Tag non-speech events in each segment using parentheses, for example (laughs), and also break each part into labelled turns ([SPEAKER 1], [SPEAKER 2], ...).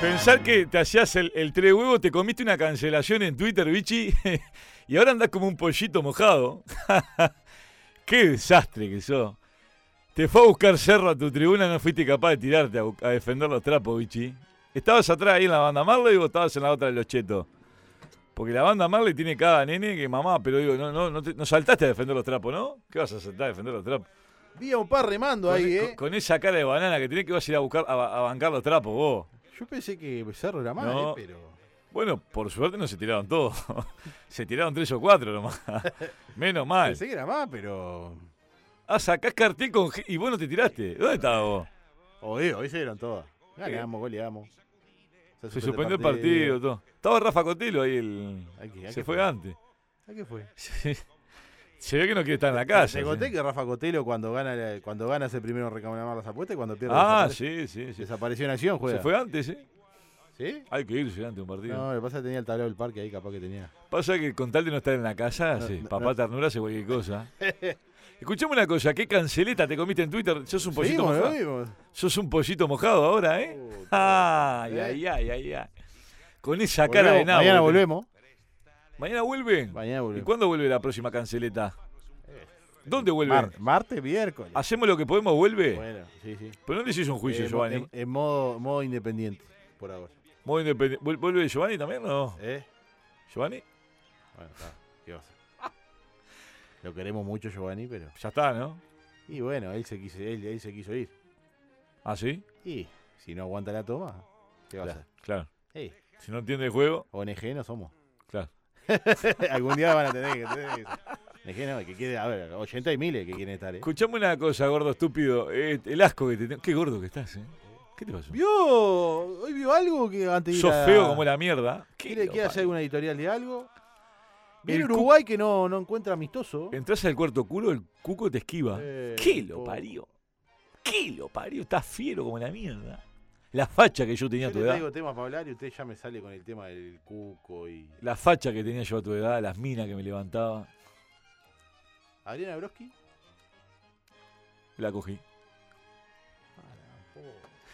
[SPEAKER 1] Pensar que te hacías el, el tres huevos, te comiste una cancelación en Twitter, bichi, (laughs) y ahora andás como un pollito mojado. (laughs) Qué desastre que sos. Te fue a buscar cerro a tu tribuna, no fuiste capaz de tirarte a, bu- a defender los trapos, bichi. ¿Estabas atrás ahí en la banda Marley o estabas en la otra de los chetos? Porque la banda Marley tiene cada nene que mamá, pero digo, no, no, no, te- no saltaste a defender los trapos, ¿no? ¿Qué vas a saltar a defender los trapos?
[SPEAKER 2] Vi a un par remando
[SPEAKER 1] Con,
[SPEAKER 2] ahí,
[SPEAKER 1] con-
[SPEAKER 2] ¿eh?
[SPEAKER 1] con esa cara de banana que tenés que vas a ir a buscar a, ba- a bancar los trapos, vos.
[SPEAKER 2] Yo pensé que Cerro era más,
[SPEAKER 1] No.
[SPEAKER 2] ¿eh? Pero.
[SPEAKER 1] Bueno, por suerte no se tiraron todos. (laughs) se tiraron tres o cuatro
[SPEAKER 2] (laughs)
[SPEAKER 1] nomás. Menos mal.
[SPEAKER 2] Pensé que era más, pero.
[SPEAKER 1] Ah, sacás cartel con G- y vos no te tiraste. ¿Dónde estabas
[SPEAKER 2] (laughs)
[SPEAKER 1] vos?
[SPEAKER 2] Oye, hoy se dieron todas. Ganamos, goleamos.
[SPEAKER 1] Se suspendió el partido, todo. Estaba Rafa Cotelo ahí el.
[SPEAKER 2] Ay, ¿qué- ay,
[SPEAKER 1] Se
[SPEAKER 2] qué
[SPEAKER 1] fue antes. (laughs)
[SPEAKER 2] ¿A qué fue?
[SPEAKER 1] Sí. Se ve que no quiere estar en la casa.
[SPEAKER 2] Te conté
[SPEAKER 1] sí.
[SPEAKER 2] que Rafa Cotelo cuando gana la- cuando gana es el primero en reclamar las apuestas y cuando pierde
[SPEAKER 1] Ah,
[SPEAKER 2] desaparece.
[SPEAKER 1] sí, sí, sí.
[SPEAKER 2] desapareció en acción, juega.
[SPEAKER 1] Se fue antes, ¿eh?
[SPEAKER 2] ¿Sí?
[SPEAKER 1] Hay que irse antes de un partido.
[SPEAKER 2] No, lo que pasa es que tenía el tablero del parque ahí, capaz que tenía.
[SPEAKER 1] Pasa que con tal de no estar en la casa,
[SPEAKER 2] No,
[SPEAKER 1] sí,
[SPEAKER 2] no,
[SPEAKER 1] papá
[SPEAKER 2] no.
[SPEAKER 1] ternura hace cualquier
[SPEAKER 2] (laughs)
[SPEAKER 1] cosa. Escuchame una cosa, ¿qué canceleta te comiste en Twitter? Sos un pollito
[SPEAKER 2] Seguimos, ¿no?
[SPEAKER 1] mojado.
[SPEAKER 2] Seguimos.
[SPEAKER 1] Sos un pollito mojado ahora, ¿eh?
[SPEAKER 2] Uh,
[SPEAKER 1] Ay,
[SPEAKER 2] ¿Eh?
[SPEAKER 1] ay, ay, ay, ay. Con esa cara de
[SPEAKER 2] Volvemos,
[SPEAKER 1] nabo.
[SPEAKER 2] Mañana volvemos.
[SPEAKER 1] ¿Mañana vuelven?
[SPEAKER 2] Mañana
[SPEAKER 1] ¿Y
[SPEAKER 2] volvemos.
[SPEAKER 1] cuándo vuelve la próxima canceleta? ¿Dónde vuelve?
[SPEAKER 2] Mar- martes, miércoles.
[SPEAKER 1] ¿Hacemos lo que podemos, vuelve?
[SPEAKER 2] Bueno, sí, sí.
[SPEAKER 1] Pero no le hiciste un juicio,
[SPEAKER 2] Eh, mo-
[SPEAKER 1] Giovanni.
[SPEAKER 2] En, en modo, modo independiente, por ahora.
[SPEAKER 1] Muy independe- ¿Vuel- ¿Vuelve Giovanni también o no?
[SPEAKER 2] ¿Eh?
[SPEAKER 1] ¿Giovanni?
[SPEAKER 2] Bueno, está. ¿Qué va a hacer? (laughs) Lo queremos mucho, Giovanni, pero.
[SPEAKER 1] Ya está, ¿no?
[SPEAKER 2] Y bueno, él se quiso, él, él se quiso ir.
[SPEAKER 1] ¿Ah, sí?
[SPEAKER 2] Y si no aguanta la toma, ¿qué va a hacer?
[SPEAKER 1] Claro.
[SPEAKER 2] Ey,
[SPEAKER 1] Si no entiende el juego,
[SPEAKER 2] ONG no somos.
[SPEAKER 1] claro.
[SPEAKER 2] (laughs) Algún día van a tener que tener eso. ONG no, que quiere, a ver, 80 y miles que quieren estar, ¿eh?
[SPEAKER 1] Escuchame una cosa, gordo estúpido. Eh, el asco que te tengo. Qué gordo que estás, ¿eh? ¿Qué te pasó?
[SPEAKER 2] ¿Vio? Hoy vio algo que antes de ir
[SPEAKER 1] Sos
[SPEAKER 2] a-
[SPEAKER 1] feo como la mierda.
[SPEAKER 2] ¿Quiere,
[SPEAKER 1] Qué
[SPEAKER 2] quiere hacer
[SPEAKER 1] lo
[SPEAKER 2] una editorial de algo? Viene
[SPEAKER 1] El cu-
[SPEAKER 2] Uruguay que no, no encuentra amistoso.
[SPEAKER 1] parió. Entrás al cuarto culo, el cuco te esquiva.
[SPEAKER 2] Eh,
[SPEAKER 1] ¿Qué lo
[SPEAKER 2] po-
[SPEAKER 1] parió? ¿Qué lo parió? Estás fiero como la mierda. La facha que yo tenía
[SPEAKER 2] Yo
[SPEAKER 1] a tu
[SPEAKER 2] le
[SPEAKER 1] edad.
[SPEAKER 2] traigo temas para hablar y usted ya me sale con el tema del cuco y.
[SPEAKER 1] La facha que tenía yo a tu edad, las minas que me levantaba.
[SPEAKER 2] ¿Adriana Broski?
[SPEAKER 1] La cogí.
[SPEAKER 2] Oh,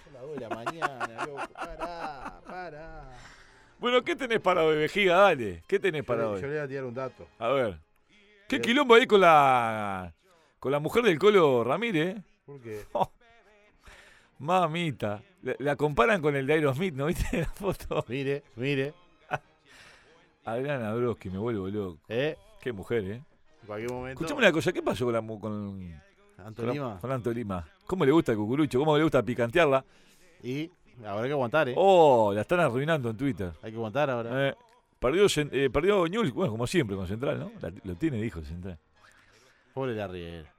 [SPEAKER 2] Son las 2 de la mañana, loco. Pará, pará.
[SPEAKER 1] Bueno, ¿qué tenés para hoy, vejiga? Dale. ¿Qué tenés
[SPEAKER 2] Yo le,
[SPEAKER 1] para
[SPEAKER 2] yo
[SPEAKER 1] hoy?
[SPEAKER 2] le voy a tirar un dato.
[SPEAKER 1] A ver. ¿Qué
[SPEAKER 2] Yo-
[SPEAKER 1] quilombo ahí con la. con la mujer del Colo Ramírez? eh?
[SPEAKER 2] ¿Por qué?
[SPEAKER 1] Mamita. La, la comparan con el de Aerosmith, ¿no viste la foto?
[SPEAKER 2] Mire, mire,
[SPEAKER 1] Adriana Broski, me vuelvo loco.
[SPEAKER 2] eh.
[SPEAKER 1] Qué mujer, ¿eh?
[SPEAKER 2] En cualquier momento.
[SPEAKER 1] Escuchame una cosa, ¿qué pasó con la mu- con, con, la-
[SPEAKER 2] Antonima.
[SPEAKER 1] con Antolima? ¿Cómo le gusta el cucurucho? ¿Cómo le gusta picantearla?
[SPEAKER 2] Y habrá que aguantar, eh.
[SPEAKER 1] Oh, la están arruinando en Twitter.
[SPEAKER 2] Hay que aguantar ahora.
[SPEAKER 1] Eh, perdió, Cen- eh, perdió Newell, bueno, como siempre con Central, ¿no? La- lo tiene, dijo Central.
[SPEAKER 2] Pobre la riera.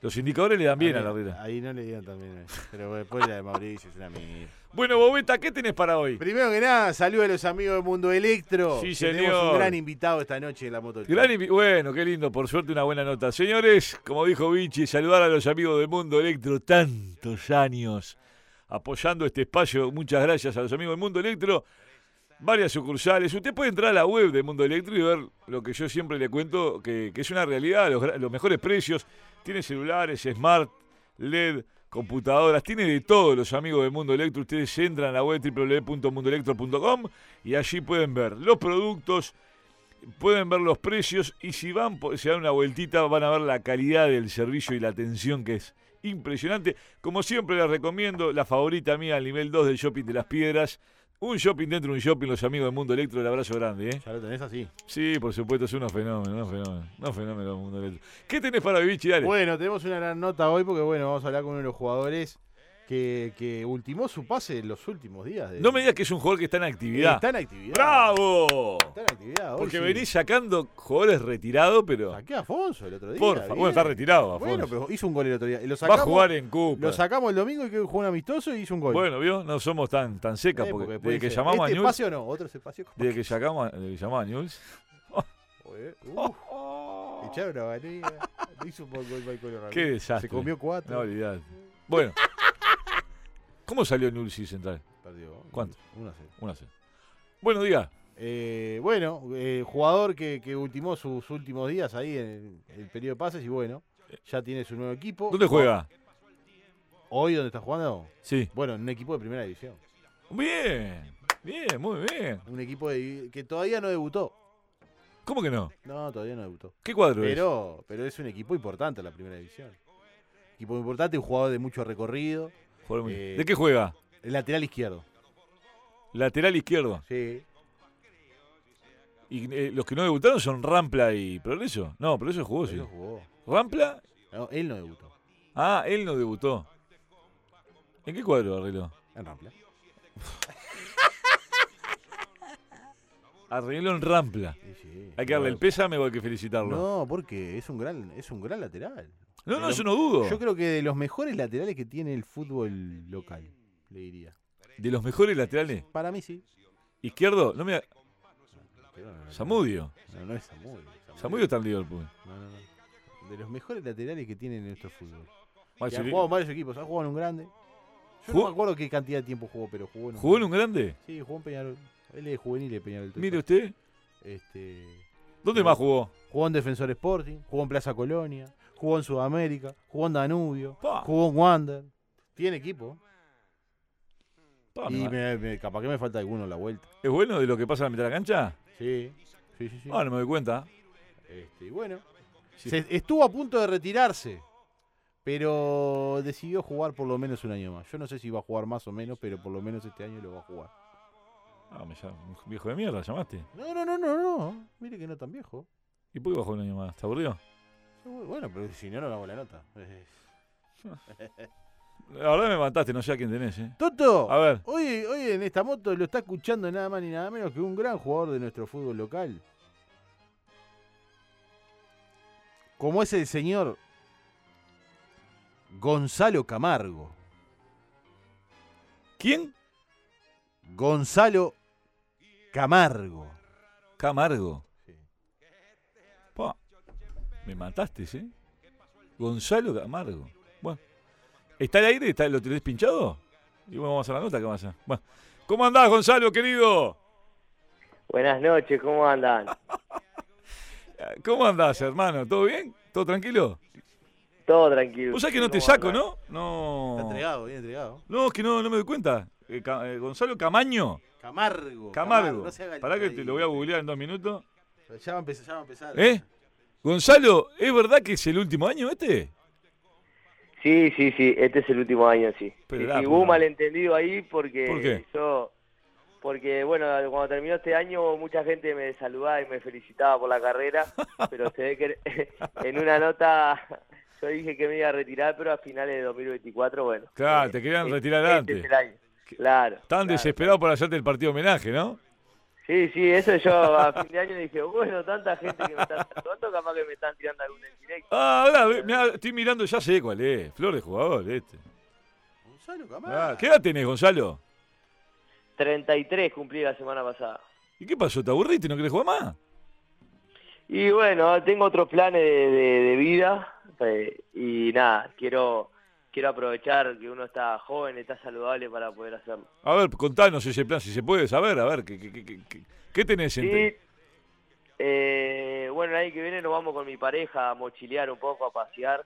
[SPEAKER 1] Los indicadores le dan bien a
[SPEAKER 2] Ahí-
[SPEAKER 1] la Riera.
[SPEAKER 2] Ahí no le dieron
[SPEAKER 1] (laughs)
[SPEAKER 2] también. eh. Pero después la de Mauricio es una mierda.
[SPEAKER 1] Bueno, Bobeta, ¿qué tenés para hoy?
[SPEAKER 2] Primero que nada, saludos a los amigos de Mundo Electro.
[SPEAKER 1] Sí,
[SPEAKER 2] que
[SPEAKER 1] señor.
[SPEAKER 2] Tenemos un gran invitado esta noche en la moto. del
[SPEAKER 1] Gran
[SPEAKER 2] Tano.
[SPEAKER 1] invi- bueno, qué lindo, por suerte una buena nota. Señores, como dijo Vinci, saludar a los amigos de Mundo Electro, tantos años apoyando este espacio. Muchas gracias a los amigos de Mundo Electro, varias sucursales. Usted puede entrar a la web de Mundo Electro y ver lo que yo siempre le cuento, que, que es una realidad, los, gra- los mejores precios. Tiene celulares, smart, LED, computadoras, tiene de todo los amigos de Mundo Electro. Ustedes entran a la web www.mundoelectro.com y allí pueden ver los productos pueden ver los precios y si van, po- se dan una vueltita, van a ver la calidad del servicio y la atención que es impresionante. Como siempre les recomiendo, la favorita mía al nivel 2 del shopping de las piedras. Un shopping dentro de un shopping, los amigos del Mundo Electro, el abrazo grande, ¿eh?
[SPEAKER 2] Ya lo tenés así.
[SPEAKER 1] Sí, por supuesto, es unos fenómenos, unos fenómenos, unos fenómenos del Mundo Electro. ¿Qué tenés para vivir, Dale.
[SPEAKER 2] Bueno, tenemos una gran nota hoy porque bueno, vamos a hablar con uno de los jugadores que, que ultimó su pase en los últimos días. De,
[SPEAKER 1] No me digas que es un jugador que está en actividad.
[SPEAKER 2] Está en actividad.
[SPEAKER 1] ¡Bravo!
[SPEAKER 2] Está en actividad hoy.
[SPEAKER 1] Porque
[SPEAKER 2] sí.
[SPEAKER 1] venís sacando jugadores retirados, pero...
[SPEAKER 2] Saqué a Afonso el otro día.
[SPEAKER 1] Porfa, bueno,
[SPEAKER 2] bien.
[SPEAKER 1] está retirado,
[SPEAKER 2] Bueno,
[SPEAKER 1] Afonso.
[SPEAKER 2] pero hizo un gol el otro día. Y
[SPEAKER 1] Va
[SPEAKER 2] Lo sacamos,
[SPEAKER 1] a jugar en Cuba.
[SPEAKER 2] Lo sacamos el domingo y que jugó un amistoso y hizo un gol.
[SPEAKER 1] Bueno, ¿vio? No somos tan, tan
[SPEAKER 2] Eh,
[SPEAKER 1] secas, porque,
[SPEAKER 2] porque puede
[SPEAKER 1] desde que
[SPEAKER 2] ser.
[SPEAKER 1] llamamos
[SPEAKER 2] ¿Este
[SPEAKER 1] a News,
[SPEAKER 2] espacio no? ¿Otro espacio?
[SPEAKER 1] desde que sacamos a- desde que llamamos a News,
[SPEAKER 2] Eh, uf, echaron a Vanega. Le hizo un buen gol Michael Ramírez.
[SPEAKER 1] qué desastre.
[SPEAKER 2] Se comió
[SPEAKER 1] No,
[SPEAKER 2] cuatro.
[SPEAKER 1] olvidate. Bueno.
[SPEAKER 2] (laughs)
[SPEAKER 1] ¿Cómo salió News y Central?
[SPEAKER 2] Perdió.
[SPEAKER 1] ¿Cuánto?
[SPEAKER 2] 1 a 0.
[SPEAKER 1] 1 a 0. Bueno, diga.
[SPEAKER 2] Eh, bueno, eh, jugador que, que ultimó sus últimos días ahí en el, el periodo de pases y bueno, ya tiene su nuevo equipo.
[SPEAKER 1] ¿Dónde juega?
[SPEAKER 2] Hoy, ¿dónde está jugando?
[SPEAKER 1] Sí.
[SPEAKER 2] Bueno, en un equipo de primera división.
[SPEAKER 1] Bien, bien, muy bien.
[SPEAKER 2] Un equipo de- que todavía no debutó.
[SPEAKER 1] ¿Cómo que no?
[SPEAKER 2] No, todavía no debutó.
[SPEAKER 1] ¿Qué cuadro es?
[SPEAKER 2] Pero, pero es un equipo importante en la primera división. Equipo importante, un jugador de mucho recorrido.
[SPEAKER 1] Jugador muy-
[SPEAKER 2] eh,
[SPEAKER 1] ¿De qué juega?
[SPEAKER 2] El lateral izquierdo.
[SPEAKER 1] Lateral izquierdo.
[SPEAKER 2] Sí.
[SPEAKER 1] Y eh, los que no debutaron son Rampla y Progreso. No, Progreso jugó, Oh, sí.
[SPEAKER 2] Él no jugó.
[SPEAKER 1] Rampla,
[SPEAKER 2] No, él no debutó.
[SPEAKER 1] ah, él no debutó. ¿En qué cuadro arregló?
[SPEAKER 2] En Rampla.
[SPEAKER 1] Arregló en Rampla.
[SPEAKER 2] Sí, sí.
[SPEAKER 1] Hay que darle el pésame o hay que felicitarlo.
[SPEAKER 2] No, porque es un gran, es un gran lateral.
[SPEAKER 1] No, no,
[SPEAKER 2] pero-
[SPEAKER 1] yo no dudo.
[SPEAKER 2] Yo creo que de los mejores laterales que tiene el fútbol local, le diría.
[SPEAKER 1] De los mejores laterales.
[SPEAKER 2] Para mí sí.
[SPEAKER 1] Izquierdo, no me.
[SPEAKER 2] Pero no, no, no.
[SPEAKER 1] Samudio.
[SPEAKER 2] No, no es Samudio.
[SPEAKER 1] Samudio está en Liverpool.
[SPEAKER 2] No, no, no. De los mejores laterales que tiene nuestro fútbol.
[SPEAKER 1] Mal
[SPEAKER 2] Que
[SPEAKER 1] se
[SPEAKER 2] ha
[SPEAKER 1] le-
[SPEAKER 2] jugado en varios equipos, ha jugado en un grande. Yo
[SPEAKER 1] Ah, Jugó-
[SPEAKER 2] no me acuerdo qué cantidad de tiempo jugó, pero jugó en un
[SPEAKER 1] ¿Jugó en un grande?
[SPEAKER 2] Sí, jugó en Peñarol. Él es juvenil de Peñarol.
[SPEAKER 1] Mire usted.
[SPEAKER 2] Este,
[SPEAKER 1] ¿Dónde
[SPEAKER 2] Sí.
[SPEAKER 1] más jugó?
[SPEAKER 2] jugó en Defensor Sporting, jugó en Plaza Colonia, jugó en Sudamérica, jugó en Danubio,
[SPEAKER 1] Pa,
[SPEAKER 2] jugó en Wander. Tiene equipo.
[SPEAKER 1] pa,
[SPEAKER 2] y
[SPEAKER 1] Ah, no.
[SPEAKER 2] me- me- capaz que me falta alguno en la vuelta.
[SPEAKER 1] ¿Es bueno de lo que pasa en la mitad de la cancha?
[SPEAKER 2] Sí, sí, sí. sí.
[SPEAKER 1] Ah, no me doy cuenta.
[SPEAKER 2] Este, y bueno,
[SPEAKER 1] Sí.
[SPEAKER 2] se- estuvo a punto de retirarse, pero decidió jugar por lo menos un año más. Yo no sé si va a jugar más o menos, pero por lo menos este año lo va a jugar.
[SPEAKER 1] Ah, me llama- un viejo de mierda, llamaste.
[SPEAKER 2] No, no, no, no, no. Mire que no tan viejo.
[SPEAKER 1] ¿Y por qué bajó un año más? ¿Está aburrido?
[SPEAKER 2] Bueno, pero si no, no le hago la nota.
[SPEAKER 1] La verdad me mataste, no sé a quién tenés, eh.
[SPEAKER 2] Toto,
[SPEAKER 1] A ver,
[SPEAKER 2] hoy, hoy en esta moto lo está escuchando nada más ni nada menos que un gran jugador de nuestro fútbol local. Como es el señor Gonzalo Camargo.
[SPEAKER 1] ¿quién?
[SPEAKER 2] Gonzalo Camargo.
[SPEAKER 1] Camargo. Pa, me mataste, eh. Gonzalo Camargo. Bueno. ¿Está el aire? ¿Está, ¿Lo tenés pinchado? Y bueno, vamos a la nota, ¿qué pasa? Bueno. ¿Cómo andás, Gonzalo, querido?
[SPEAKER 3] Buenas noches, ¿cómo andan?
[SPEAKER 1] Eh, ¿Cómo andás, hermano? ¿Todo bien? ¿Todo tranquilo?
[SPEAKER 3] Todo tranquilo.
[SPEAKER 1] Vos sabés que no te
[SPEAKER 3] ¿Cómo
[SPEAKER 1] saco,
[SPEAKER 3] andan?
[SPEAKER 1] ¿no? No.
[SPEAKER 2] bien entregado.
[SPEAKER 1] No, es que no, no me doy cuenta. Eh, Ca- eh, Gonzalo Camaño.
[SPEAKER 2] Camargo.
[SPEAKER 1] Camargo.
[SPEAKER 2] no se haga el
[SPEAKER 1] Pará que te lo voy a
[SPEAKER 2] ahí.
[SPEAKER 1] googlear en dos minutos.
[SPEAKER 2] Ya va a empezar. Ya va a empezar.
[SPEAKER 1] ¿Eh? Gonzalo, ¿es verdad que es el último año este?
[SPEAKER 3] Sí, sí, sí, este es el último año, sí.
[SPEAKER 1] Pero
[SPEAKER 3] Sí,
[SPEAKER 1] da,
[SPEAKER 3] sí,
[SPEAKER 1] puta
[SPEAKER 3] hubo un
[SPEAKER 1] madre.
[SPEAKER 3] malentendido ahí porque
[SPEAKER 1] ¿Por qué?
[SPEAKER 3] yo- porque bueno, cuando terminó este año mucha gente me saludaba y me felicitaba por la carrera, pero se ve que en (laughs) una nota yo dije que me iba a retirar, pero a finales de 2024, bueno.
[SPEAKER 1] Claro,
[SPEAKER 3] eh,
[SPEAKER 1] te querían
[SPEAKER 3] eh,
[SPEAKER 1] retirar
[SPEAKER 3] este
[SPEAKER 1] antes.
[SPEAKER 3] es el año. Claro.
[SPEAKER 1] Estaban
[SPEAKER 3] claro.
[SPEAKER 1] desesperados por hacerte el partido homenaje, ¿no?
[SPEAKER 3] Sí, sí, eso yo a fin de año dije, bueno, tanta gente que me está saludando, capaz que me están tirando algún en directo.
[SPEAKER 1] Ah, ahora, ve- mirá, estoy mirando, ya sé cuál es. Flor de jugador, este.
[SPEAKER 2] Gonzalo
[SPEAKER 1] Ah,
[SPEAKER 2] Camargo.
[SPEAKER 1] ¿Qué edad tenés, Gonzalo?
[SPEAKER 3] 33 cumplí la semana pasada.
[SPEAKER 1] ¿Y qué pasó? ¿Te aburriste? ¿No querés jugar más?
[SPEAKER 3] Y bueno, tengo otros planes de, de- de vida eh, y nada, quiero quiero aprovechar que uno está joven, está saludable para poder hacerlo.
[SPEAKER 1] A ver, contanos ese plan, si se puede saber, a ver, ¿qué, qué, qué- qué- qué- qué tenés en
[SPEAKER 3] Sí, eh, bueno, el año que viene nos vamos con mi pareja a mochilear un poco, a pasear.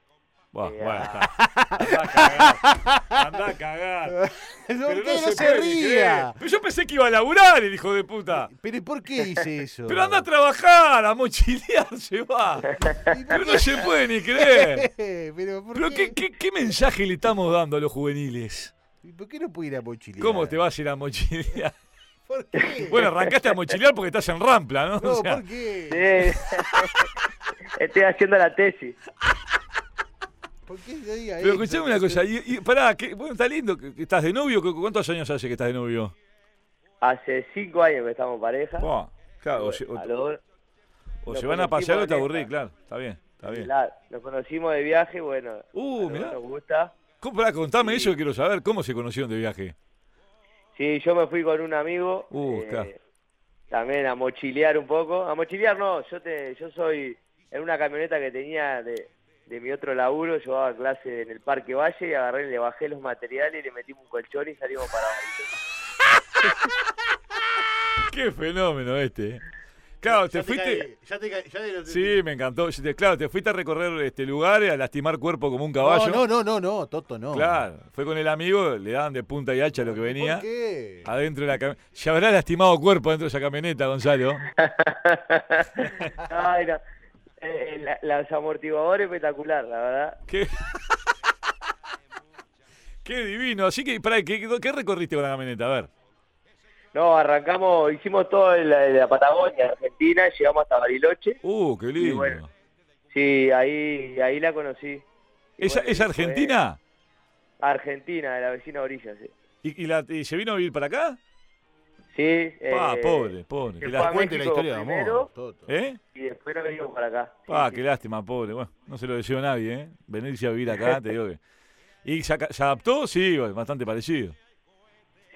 [SPEAKER 1] Buah,
[SPEAKER 3] Eh,
[SPEAKER 1] bueno,
[SPEAKER 3] a-
[SPEAKER 1] está. ah. Andá a cagar. Andá a (laughs) cagar.
[SPEAKER 2] (laughs) ¿Por qué
[SPEAKER 1] Pero
[SPEAKER 2] no se
[SPEAKER 1] puede ni creer.
[SPEAKER 2] ría?
[SPEAKER 1] Pero yo pensé que iba a laburar el hijo de puta.
[SPEAKER 2] Pero ¿y por
[SPEAKER 1] (laughs)
[SPEAKER 2] qué dice eso?
[SPEAKER 1] Pero anda a trabajar, a mochilear (laughs) se va.
[SPEAKER 2] ¿Y por
[SPEAKER 1] Pero no se puede ni (laughs) creer.
[SPEAKER 2] qué? ¿Pero
[SPEAKER 1] (laughs)
[SPEAKER 2] por
[SPEAKER 1] Pero ¿qué, qué, qué mensaje le estamos dando a los juveniles?
[SPEAKER 2] ¿Y por qué no puede ir a mochilear?
[SPEAKER 1] ¿Cómo te vas a ir a mochilear? (laughs)
[SPEAKER 2] ¿Por qué?
[SPEAKER 1] Bueno, arrancaste a mochilear porque estás en Rampla, ¿no? (laughs)
[SPEAKER 2] no,
[SPEAKER 1] O sea,
[SPEAKER 2] ¿por qué?
[SPEAKER 3] Sí. (laughs) Estoy haciendo la tesis.
[SPEAKER 2] ¿Por qué se diga
[SPEAKER 1] pero
[SPEAKER 2] eso?
[SPEAKER 1] escuchame una cosa, y, y pará, que, bueno, está lindo, que, que estás de novio, ¿cu- ¿cuántos años hace que estás de novio?
[SPEAKER 3] Hace cinco años que estamos pareja.
[SPEAKER 1] Buah, claro, o, se- o-
[SPEAKER 3] A los dos-
[SPEAKER 1] o
[SPEAKER 3] lo
[SPEAKER 1] se van a pasear o te
[SPEAKER 3] conocimos en
[SPEAKER 1] aburrís,
[SPEAKER 3] esta.
[SPEAKER 1] claro, está bien, está bien.
[SPEAKER 3] la- nos conocimos de viaje, bueno. a
[SPEAKER 1] Uh,
[SPEAKER 3] los
[SPEAKER 1] mirá,
[SPEAKER 3] dos nos gusta.
[SPEAKER 1] ¿cómo, pará, contame
[SPEAKER 3] Sí.
[SPEAKER 1] eso que quiero saber, ¿cómo se conocieron de viaje? (laughs)
[SPEAKER 3] Sí, yo me fui con un amigo. eh,
[SPEAKER 1] Uh, claro.
[SPEAKER 3] También a mochilear un poco. A mochilear no, yo te, yo soy en una camioneta que tenía de, de mi otro laburo, yo daba clase en el Parque Valle y agarré, le bajé los materiales y le metimos un colchón y salimos para Bariloche.
[SPEAKER 1] Qué fenómeno este, eh. Claro, te
[SPEAKER 4] Ya
[SPEAKER 1] fuiste.
[SPEAKER 4] caí, ya te caí, ya te-
[SPEAKER 1] Sí, me encantó. Sí, te- Claro, te fuiste a recorrer este lugares, a lastimar cuerpo como un caballo.
[SPEAKER 2] No, no, no, no, no, Toto, no.
[SPEAKER 1] Claro, fue con el amigo, le daban de punta y hacha lo que venía.
[SPEAKER 2] ¿Por qué?
[SPEAKER 1] Adentro de la camioneta. Ya habrá lastimado cuerpo dentro de esa camioneta, Gonzalo. (laughs)
[SPEAKER 3] Ay, no. Eh, eh, la- las amortiguadores espectacular, la verdad.
[SPEAKER 1] Qué, (laughs) Qué divino. Así que, pará, ¿qué, qué recorriste con la camioneta? A ver.
[SPEAKER 3] No, arrancamos, hicimos todo en la, en la Patagonia, Argentina, llegamos hasta Bariloche.
[SPEAKER 1] Uh, qué lindo.
[SPEAKER 3] bueno, Sí, ahí, ahí la conocí. Y
[SPEAKER 1] ¿Es,
[SPEAKER 3] bueno,
[SPEAKER 1] es
[SPEAKER 3] fue
[SPEAKER 1] argentina?
[SPEAKER 3] Argentina, de la vecina orilla, sí.
[SPEAKER 1] ¿Y, y la- y se vino a vivir para acá?
[SPEAKER 3] Sí.
[SPEAKER 1] Pa,
[SPEAKER 3] eh,
[SPEAKER 1] pobre, pobre.
[SPEAKER 3] que
[SPEAKER 1] Qué
[SPEAKER 3] fue
[SPEAKER 1] lástima.
[SPEAKER 3] a
[SPEAKER 2] Cuente la
[SPEAKER 3] México
[SPEAKER 2] historia de amor,
[SPEAKER 3] primero.
[SPEAKER 2] Toto.
[SPEAKER 1] ¿Eh?
[SPEAKER 3] Y después nos venimos para acá. Sí,
[SPEAKER 1] Ah,
[SPEAKER 3] sí.
[SPEAKER 1] qué lástima, pobre. Bueno, no se lo deseo a nadie, ¿eh? Venirse a vivir acá, te digo
[SPEAKER 3] (laughs)
[SPEAKER 1] que. ¿Y se, aca- se adaptó? Sí, bastante parecido.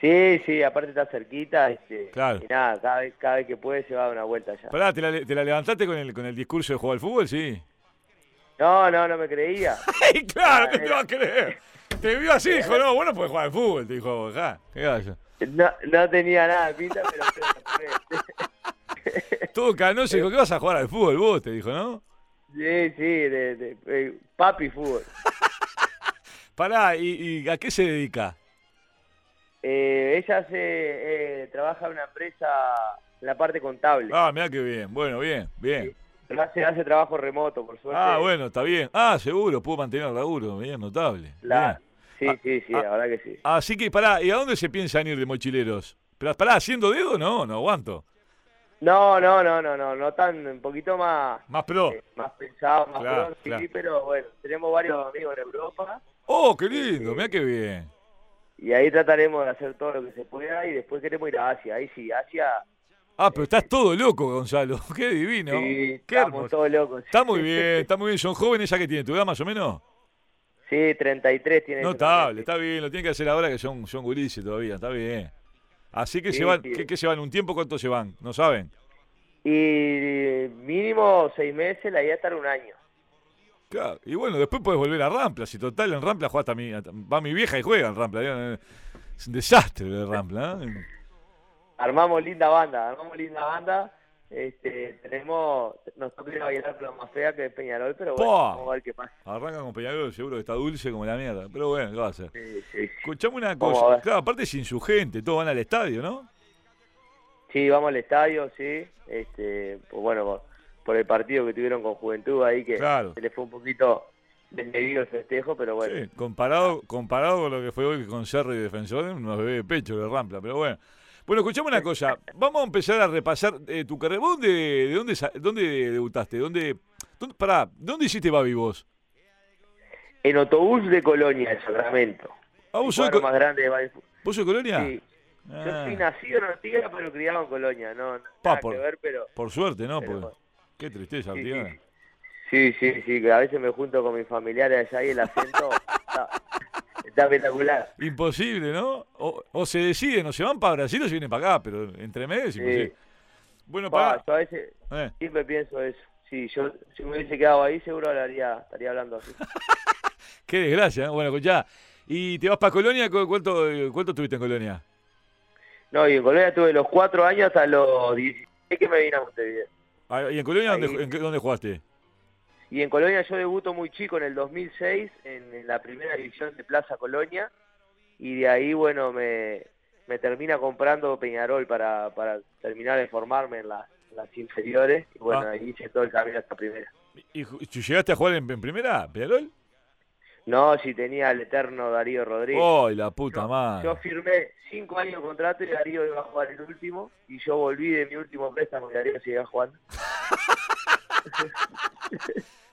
[SPEAKER 3] Sí, sí, aparte está cerquita, este,
[SPEAKER 1] Claro.
[SPEAKER 3] y nada, cada vez, cada vez que puede se va a dar una vuelta allá.
[SPEAKER 1] Pará, ¿te la, le- te la levantaste con el, con el discurso de jugar al fútbol? Sí.
[SPEAKER 3] No, no, no me creía. (laughs)
[SPEAKER 1] (laughs) ¡Ey, claro! ¿Qué te vas a creer? Te vio así,
[SPEAKER 3] (laughs)
[SPEAKER 1] dijo, no, bueno, puedes jugar al fútbol, te dijo, ja, qué gallo.
[SPEAKER 3] No, no tenía nada de pinta, pero se la tomé.
[SPEAKER 1] Todo canoso, dijo, ¿qué vas a jugar al fútbol vos? Te dijo, ¿no?
[SPEAKER 3] (laughs) Sí, sí, de, de- eh, papi fútbol.
[SPEAKER 1] Pará, ¿y, y a qué se dedica?
[SPEAKER 3] Eh, ella se eh, trabaja en una empresa en la parte contable.
[SPEAKER 1] Ah, mirá qué bien, bueno, bien, bien.
[SPEAKER 3] Pero Hace, hace trabajo remoto, por suerte.
[SPEAKER 1] Ah, bueno, está bien. Ah, seguro, pudo mantener el laburo, bien, notable.
[SPEAKER 3] La-
[SPEAKER 1] bien. Ah,
[SPEAKER 3] sí, sí, sí, la verdad que sí.
[SPEAKER 1] Así que pará, ¿y a dónde se piensan ir de mochileros? Pero pará, ¿haciendo dedo? No, no aguanto.
[SPEAKER 3] No, no, no, no, no, no tan, un poquito más,
[SPEAKER 1] Más pro.
[SPEAKER 3] eh, más pensado, más
[SPEAKER 1] Claro,
[SPEAKER 3] pronto, sí,
[SPEAKER 1] claro.
[SPEAKER 3] pero bueno, tenemos varios amigos en Europa.
[SPEAKER 1] Oh, qué lindo, mirá qué bien.
[SPEAKER 3] Y ahí trataremos de hacer todo lo que se pueda y después queremos ir a Asia. Ahí sí, Asia.
[SPEAKER 1] Ah, pero estás todo loco, Gonzalo. (laughs) Qué divino.
[SPEAKER 3] sí,
[SPEAKER 1] qué
[SPEAKER 3] estamos
[SPEAKER 1] hermoso.
[SPEAKER 3] todos locos.
[SPEAKER 1] Está muy bien, está muy bien. Son jóvenes ya que tienen tu edad más o menos.
[SPEAKER 3] Sí, 33 tiene.
[SPEAKER 1] Notable, está bien. Lo tienen que hacer ahora que son, son gurises todavía, está bien. Así que
[SPEAKER 3] Sí,
[SPEAKER 1] se van,
[SPEAKER 3] sí.
[SPEAKER 1] ¿qué, qué se van? ¿Un tiempo cuánto se van? ¿No saben?
[SPEAKER 3] Y eh, mínimo seis meses, la idea es estar un año.
[SPEAKER 1] Claro, Y bueno, después puedes volver a Rampla. Si total, en Rampla juega hasta mi, hasta- va mi vieja y juega en Rampla. eh. Es un desastre lo de Rampla. ¿eh?
[SPEAKER 3] Armamos linda banda, armamos linda banda. Este, tenemos, nos toca ir a bailar con la más fea que es Peñarol, pero bueno,
[SPEAKER 1] ¡Pah!
[SPEAKER 3] vamos a ver qué pasa.
[SPEAKER 1] Arranca con Peñarol, seguro que está dulce como la mierda. Pero bueno, ¿qué va a hacer?
[SPEAKER 3] Sí, sí, sí.
[SPEAKER 1] Escuchame una
[SPEAKER 3] Vamos a
[SPEAKER 1] cosa.
[SPEAKER 3] ver.
[SPEAKER 1] Claro, aparte es insurgente, todos van al estadio, ¿no?
[SPEAKER 3] Sí, vamos al estadio, sí. Este, pues bueno, por, por el partido que tuvieron con Juventud ahí, que
[SPEAKER 1] Claro.
[SPEAKER 3] se les fue un poquito desmedido el festejo, pero bueno.
[SPEAKER 1] Sí, comparado, comparado con lo que fue hoy con Cerro y Defensor, unos bebés de pecho de Rampla, pero bueno. Bueno, escuchame una cosa. Vamos a empezar a repasar eh, tu carrera. ¿Vos dónde, de dónde, sa- dónde debutaste? ¿Dónde, dónde, pará, ¿dónde hiciste Babi vos?
[SPEAKER 3] En autobús de Colonia, de Sacramento.
[SPEAKER 1] Ah,
[SPEAKER 3] el
[SPEAKER 1] ¿Vos sos de,
[SPEAKER 3] cuadro
[SPEAKER 1] Co-
[SPEAKER 3] más grande de Valpo.
[SPEAKER 1] vos sos de Colonia?
[SPEAKER 3] Sí. Yo
[SPEAKER 1] Ah,
[SPEAKER 3] soy nacido en Ortigas, pero criado en Colonia. No, no,
[SPEAKER 1] Pa,
[SPEAKER 3] nada
[SPEAKER 1] por-
[SPEAKER 3] que ver, pero...
[SPEAKER 1] por suerte, ¿no?
[SPEAKER 3] pero
[SPEAKER 1] Porque-
[SPEAKER 3] bueno.
[SPEAKER 1] qué tristeza,
[SPEAKER 3] Sí,
[SPEAKER 1] Artigas.
[SPEAKER 3] sí. Sí, sí, sí, que a veces me junto con mis familiares allá y el acento está, está espectacular.
[SPEAKER 1] Imposible, ¿no? O, o se deciden, o se van para Brasil o se vienen para acá, pero entre medio es
[SPEAKER 3] Sí.
[SPEAKER 1] imposible. Bueno,
[SPEAKER 3] Pa,
[SPEAKER 1] pará.
[SPEAKER 3] yo a veces
[SPEAKER 1] Eh.
[SPEAKER 3] siempre pienso eso. Sí, yo si me hubiese quedado ahí seguro hablaría, estaría hablando así.
[SPEAKER 1] Qué desgracia, ¿no? Bueno, ya. ¿Y te vas para Colonia? ¿Cu- ¿Cuánto, cuánto estuviste en Colonia?
[SPEAKER 3] No, y en Colonia estuve los cuatro años hasta los 16 que me vine a Montevideo.
[SPEAKER 1] Ah, ¿Y en Colonia
[SPEAKER 3] Ahí.
[SPEAKER 1] dónde, en qué- dónde jugaste?
[SPEAKER 3] Y en Colonia yo debuto muy chico en el 2006 en, en la primera división de Plaza Colonia y de ahí, bueno, me, me termina comprando Peñarol para, para terminar de formarme en, las- en las inferiores y bueno,
[SPEAKER 1] Ah.
[SPEAKER 3] ahí hice todo el camino hasta primera.
[SPEAKER 1] ¿Y ju- llegaste a jugar en, en primera, Peñarol?
[SPEAKER 3] No, si tenía al eterno Darío Rodríguez.
[SPEAKER 1] ¡Oh, la puta
[SPEAKER 3] Yo
[SPEAKER 1] madre!
[SPEAKER 3] firmé cinco años de contrato y Darío iba a jugar el último y yo volví de mi último préstamo y Darío seguía jugando.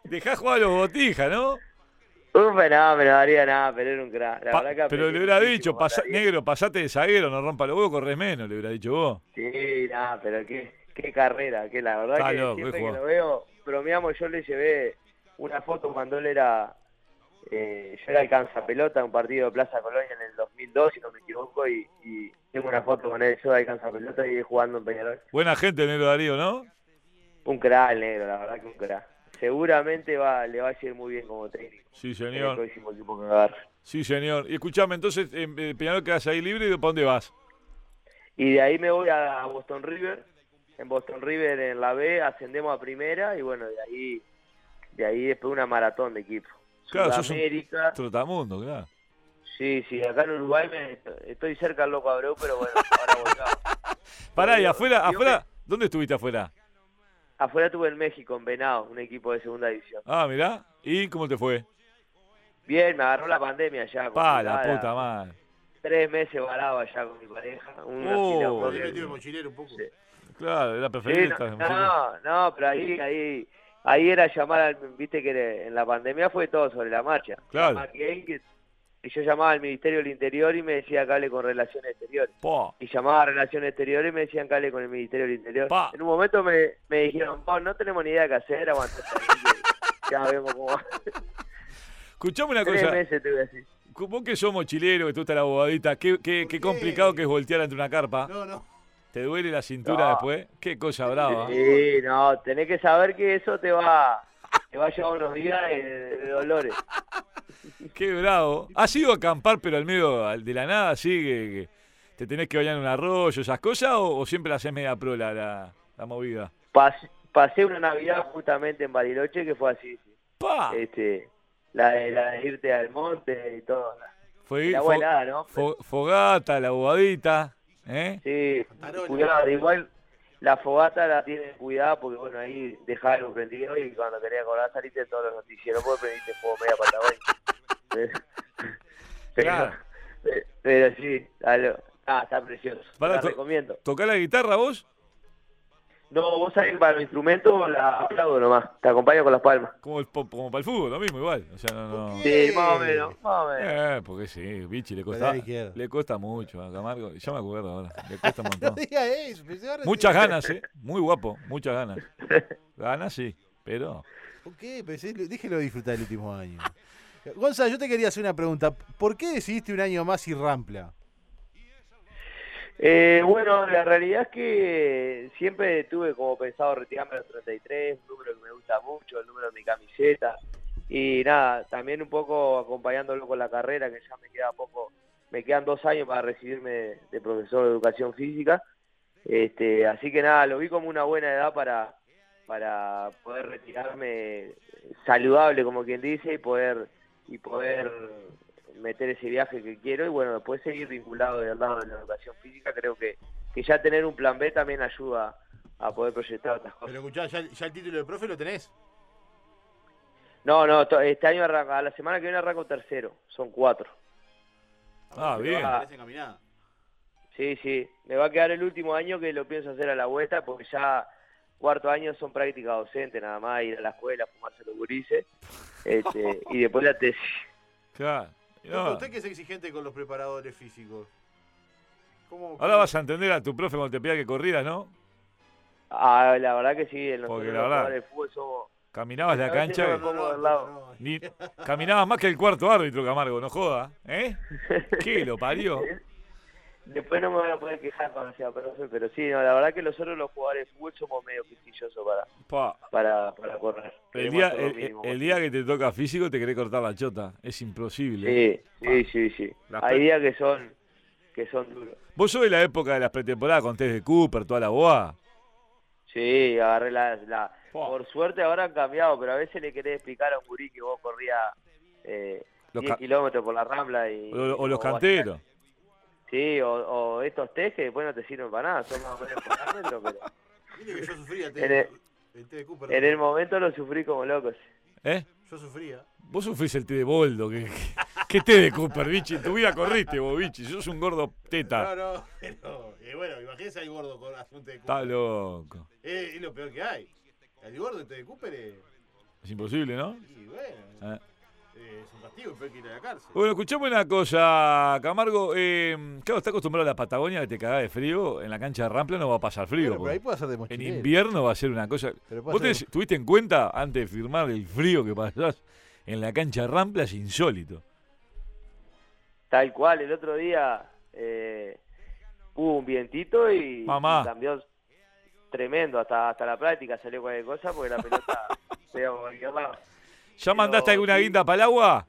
[SPEAKER 1] Dejá jugar a los botijas, ¿no?
[SPEAKER 3] Un fenómeno, Darío, nada, pero era un crack. La
[SPEAKER 1] Pa-
[SPEAKER 3] verdad que
[SPEAKER 1] pero
[SPEAKER 3] aprendí
[SPEAKER 1] le hubiera
[SPEAKER 3] muchísimo
[SPEAKER 1] dicho,
[SPEAKER 3] con
[SPEAKER 1] pasa-
[SPEAKER 3] Darío.
[SPEAKER 1] negro, pasate de zaguero, no rompa los huevos, corres menos, le hubiera dicho vos.
[SPEAKER 3] Sí, nada, pero qué, qué carrera, que la verdad
[SPEAKER 1] Está
[SPEAKER 3] que
[SPEAKER 1] loco,
[SPEAKER 3] siempre
[SPEAKER 1] qué
[SPEAKER 3] que
[SPEAKER 1] jugador.
[SPEAKER 3] lo veo, bromeamos, yo le llevé una foto cuando él era, eh, yo era alcanza pelota en un partido de Plaza Colonia en el 2002, si no me equivoco, y, y tengo una foto con él, yo de alcanza pelota y jugando en Peñarol.
[SPEAKER 1] Buena gente, negro Darío, ¿no?
[SPEAKER 3] Un crack el negro, la verdad que un crack. Seguramente va, le va a ir muy bien como técnico.
[SPEAKER 1] Sí,
[SPEAKER 3] Es el
[SPEAKER 1] señor.
[SPEAKER 3] próximo equipo que agarre.
[SPEAKER 1] Sí, señor. Y escuchame, entonces, en eh, Peñarol quedas ahí libre y ¿para dónde vas?
[SPEAKER 3] Y de ahí me voy a Boston River, en Boston River en la B, ascendemos a primera y bueno, de ahí, de ahí después una maratón de equipo.
[SPEAKER 1] Claro, sos un-
[SPEAKER 3] Sudamérica,
[SPEAKER 1] Trotamundo, claro.
[SPEAKER 3] sí, sí, acá en Uruguay me- estoy cerca del loco Abreu, pero bueno, ahora
[SPEAKER 1] (laughs)
[SPEAKER 3] volcamos.
[SPEAKER 1] Pará, y
[SPEAKER 3] Yo-
[SPEAKER 1] afuera,
[SPEAKER 3] yo
[SPEAKER 1] afuera, ¿dónde estuviste afuera?
[SPEAKER 3] Afuera estuve en México, en Venado, un equipo de segunda división.
[SPEAKER 1] Ah, mirá. ¿Y cómo te fue?
[SPEAKER 3] Bien, me agarró la pandemia ya.
[SPEAKER 1] Pa, la
[SPEAKER 3] complicada.
[SPEAKER 1] puta madre.
[SPEAKER 3] Tres meses varado allá con mi pareja. Una
[SPEAKER 1] Oh.
[SPEAKER 3] fila
[SPEAKER 1] Lo
[SPEAKER 3] horrible.
[SPEAKER 1] había metido
[SPEAKER 2] mochilero un poco.
[SPEAKER 1] Claro, era
[SPEAKER 3] Sí,
[SPEAKER 1] preferible.
[SPEAKER 3] no,
[SPEAKER 1] estar en Mochilero.
[SPEAKER 3] no, no, pero ahí, ahí, ahí era llamar, al, viste que era- en la pandemia fue todo sobre la marcha.
[SPEAKER 1] Claro.
[SPEAKER 3] Llamar que él, que- y yo llamaba al Ministerio del Interior y me decía que hable con Relaciones Exteriores.
[SPEAKER 1] Po.
[SPEAKER 3] Y llamaba a Relaciones Exteriores y me decían que hable con el Ministerio del Interior.
[SPEAKER 1] Pa.
[SPEAKER 3] En un momento me, me dijeron, "Vos, no tenemos ni idea qué hacer, aguantate". ya
[SPEAKER 1] (laughs)
[SPEAKER 3] vemos cómo va.
[SPEAKER 1] Escuchame una
[SPEAKER 3] Tres
[SPEAKER 1] cosa.
[SPEAKER 3] meses tuve así.
[SPEAKER 1] Vos que sos mochilero, que tú estás la bobadita, qué, qué, qué
[SPEAKER 2] qué?
[SPEAKER 1] complicado que es voltear ante una carpa.
[SPEAKER 2] No, no.
[SPEAKER 1] ¿Te duele la cintura
[SPEAKER 3] No.
[SPEAKER 1] después? Qué cosa brava.
[SPEAKER 3] Sí, no, tenés que saber que eso te va, te va a llevar unos días de, de dolores.
[SPEAKER 1] Qué bravo. ¿Has ido a acampar, pero al medio al- de la nada, así que, que te tenés que bañar en un arroyo, esas cosas? ¿O, o siempre la haces media pro la, la, la movida?
[SPEAKER 3] Pas- pasé una Navidad justamente en Bariloche que fue así, sí.
[SPEAKER 1] ¡Pa!
[SPEAKER 3] este, la de, la de irte al monte y todo.
[SPEAKER 1] Fue,
[SPEAKER 3] La
[SPEAKER 1] fo-
[SPEAKER 3] buena, ¿no?
[SPEAKER 1] fo- fogata, la bobadita. ¿eh?
[SPEAKER 3] Sí,
[SPEAKER 2] Tarola.
[SPEAKER 3] cuidado, igual la fogata la tienen cuidada porque bueno, ahí dejaba algo prendido y cuando quería acordar saliste en todos los noticieros porque prendiste fuego media Patagonia. Pero-
[SPEAKER 1] (laughs) Claro.
[SPEAKER 3] pero, pero sí, dale. Ah, está precioso.
[SPEAKER 1] Pará,
[SPEAKER 3] la
[SPEAKER 1] to-
[SPEAKER 3] recomiendo.
[SPEAKER 1] ¿Tocás la guitarra vos?
[SPEAKER 3] No, vos sabés que para los instrumentos la aplaudo nomás, te acompaño con las palmas.
[SPEAKER 1] Como, el po- como para el fútbol, lo mismo igual. O sea, no, no.
[SPEAKER 3] Sí, más o menos, más o menos.
[SPEAKER 1] Eh, porque sí, bichi, le
[SPEAKER 2] Dale a
[SPEAKER 1] cuesta,
[SPEAKER 2] la izquierda.
[SPEAKER 1] le cuesta mucho a Camargo. Ya me acuerdo ahora, le cuesta
[SPEAKER 2] (laughs)
[SPEAKER 1] un montón.
[SPEAKER 2] diga eso. pero se va a
[SPEAKER 1] Muchas
[SPEAKER 2] (laughs) reír.
[SPEAKER 1] ganas, ¿eh? Muy guapo, muchas ganas. Ganas sí, pero...
[SPEAKER 2] ¿Por qué? Pero sí, déjelo disfrutar el último año. (laughs) Gonzalo, yo te quería hacer una pregunta. ¿Por qué decidiste un año más y Rampla?
[SPEAKER 3] Eh, bueno, la realidad es que siempre tuve como pensado retirarme a los 33, un número que me gusta mucho, el número de mi camiseta. Y nada, también un poco acompañándolo con la carrera, que ya me queda poco, me quedan dos años para recibirme de, de profesor de educación física. Este, así que nada, lo vi como una buena edad para, para poder retirarme saludable, como quien dice, y poder, y poder meter ese viaje que quiero y bueno, después seguir vinculado del lado de la educación física, creo que, que ya tener un plan B también ayuda a poder proyectar otras cosas.
[SPEAKER 4] Pero escuchá, ya, ya el título de profe lo tenés.
[SPEAKER 3] No, no, to- este año arranca, a la semana que viene arranco tercero, son cuatro.
[SPEAKER 1] Ah,
[SPEAKER 4] Pero
[SPEAKER 1] bien.
[SPEAKER 4] va, tenés encaminada.
[SPEAKER 3] Sí, sí, me va a quedar el último año que lo pienso hacer a la vuelta porque ya cuarto año son prácticas docentes nada más, ir a la escuela, fumarse los gurises
[SPEAKER 1] (laughs)
[SPEAKER 3] este, y después la tesis.
[SPEAKER 1] Claro.
[SPEAKER 4] Profe,
[SPEAKER 1] No.
[SPEAKER 4] Usted que es exigente con los preparadores físicos. ¿Cómo,
[SPEAKER 1] Ahora vas a entender a tu profe cuando te pida que corrieras, ¿no?
[SPEAKER 3] Ah, la verdad que sí, en
[SPEAKER 1] Porque
[SPEAKER 3] nosotros
[SPEAKER 1] la
[SPEAKER 3] los
[SPEAKER 1] verdad-
[SPEAKER 3] jugadores de fútbol somos...
[SPEAKER 1] Caminabas la
[SPEAKER 3] A veces
[SPEAKER 1] cancha.
[SPEAKER 3] no
[SPEAKER 1] y-
[SPEAKER 3] me pongo del lado.
[SPEAKER 1] Ni, caminabas más que el cuarto árbitro, Camargo, no joda. ¿Eh? ¿Qué lo parió?
[SPEAKER 3] Después no me voy a poder quejar cuando sea profe, pero sí, no, la verdad que nosotros los jugadores de fútbol somos medio quisquillosos para,
[SPEAKER 1] Pa,
[SPEAKER 3] para, para correr.
[SPEAKER 1] el,
[SPEAKER 3] Queremos
[SPEAKER 1] día,
[SPEAKER 3] hacer lo
[SPEAKER 1] el,
[SPEAKER 3] mínimo.
[SPEAKER 1] el día que te toca físico te querés cortar la chota. Es imposible.
[SPEAKER 3] Sí, sí, sí, sí.
[SPEAKER 1] Ah, Las
[SPEAKER 3] Hay
[SPEAKER 1] pe-
[SPEAKER 3] días que son, que son duros.
[SPEAKER 1] Vos sos de la época de las pretemporadas con Tess de Cooper, toda la boa.
[SPEAKER 3] Sí, agarré la, la-
[SPEAKER 1] Pa.
[SPEAKER 3] Por suerte ahora han cambiado, pero a veces le querés explicar a un gurí que vos corrías eh,
[SPEAKER 1] Los
[SPEAKER 3] 10
[SPEAKER 1] ca-
[SPEAKER 3] kilómetros por la rambla y...
[SPEAKER 1] O, o los
[SPEAKER 3] o-
[SPEAKER 1] canteros.
[SPEAKER 3] Sí, o, o estos test que después no te sirven para nada, son más
[SPEAKER 1] (laughs)
[SPEAKER 3] o menos por parámetros, pero
[SPEAKER 4] Mire que yo sufría el té,
[SPEAKER 3] En el-
[SPEAKER 4] el té de Cooper.
[SPEAKER 3] en el momento lo sufrí como loco. sí.
[SPEAKER 1] ¿Eh?
[SPEAKER 4] Yo sufría.
[SPEAKER 1] Vos sufrís el té de boldo. ¿Qué, qué té de Cooper, bichi? En tu vida corriste vos, bichi. Sos un gordo teta.
[SPEAKER 4] No, no, (laughs) pero. Y bueno, imagínese al gordo con hacer un té de
[SPEAKER 1] Está
[SPEAKER 4] Cooper. Eh,
[SPEAKER 1] loco.
[SPEAKER 4] Es, es lo peor que hay. El gordo en té de Cooper es.
[SPEAKER 1] Es imposible, ¿no?
[SPEAKER 4] Y bueno,
[SPEAKER 1] Ah.
[SPEAKER 4] eh, es un castigo, peor que ir a la cárcel.
[SPEAKER 1] Bueno, escuchame una cosa, Camargo. eh, claro, está acostumbrado a la Patagonia que te cagás de frío. En la cancha de Rampla no va a pasar frío.
[SPEAKER 2] Bueno, pero
[SPEAKER 1] porque
[SPEAKER 2] ahí puede ser de
[SPEAKER 1] en
[SPEAKER 2] mochilero.
[SPEAKER 1] invierno va a ser una cosa.
[SPEAKER 2] Pero puede
[SPEAKER 1] ¿Vos
[SPEAKER 2] ser-
[SPEAKER 1] tenés- tuviste en cuenta, antes de firmar, el frío que pasás en la cancha de Rampla? Es insólito.
[SPEAKER 3] Tal cual, el otro día eh, hubo un vientito y,
[SPEAKER 1] Mamá.
[SPEAKER 3] y cambió tremendo, hasta, hasta la práctica salió cualquier cosa porque
[SPEAKER 1] (laughs)
[SPEAKER 3] la pelota se iba a cualquier lado.
[SPEAKER 1] ¿Ya
[SPEAKER 3] Pero
[SPEAKER 1] mandaste alguna
[SPEAKER 3] sí.
[SPEAKER 1] guinda para el agua?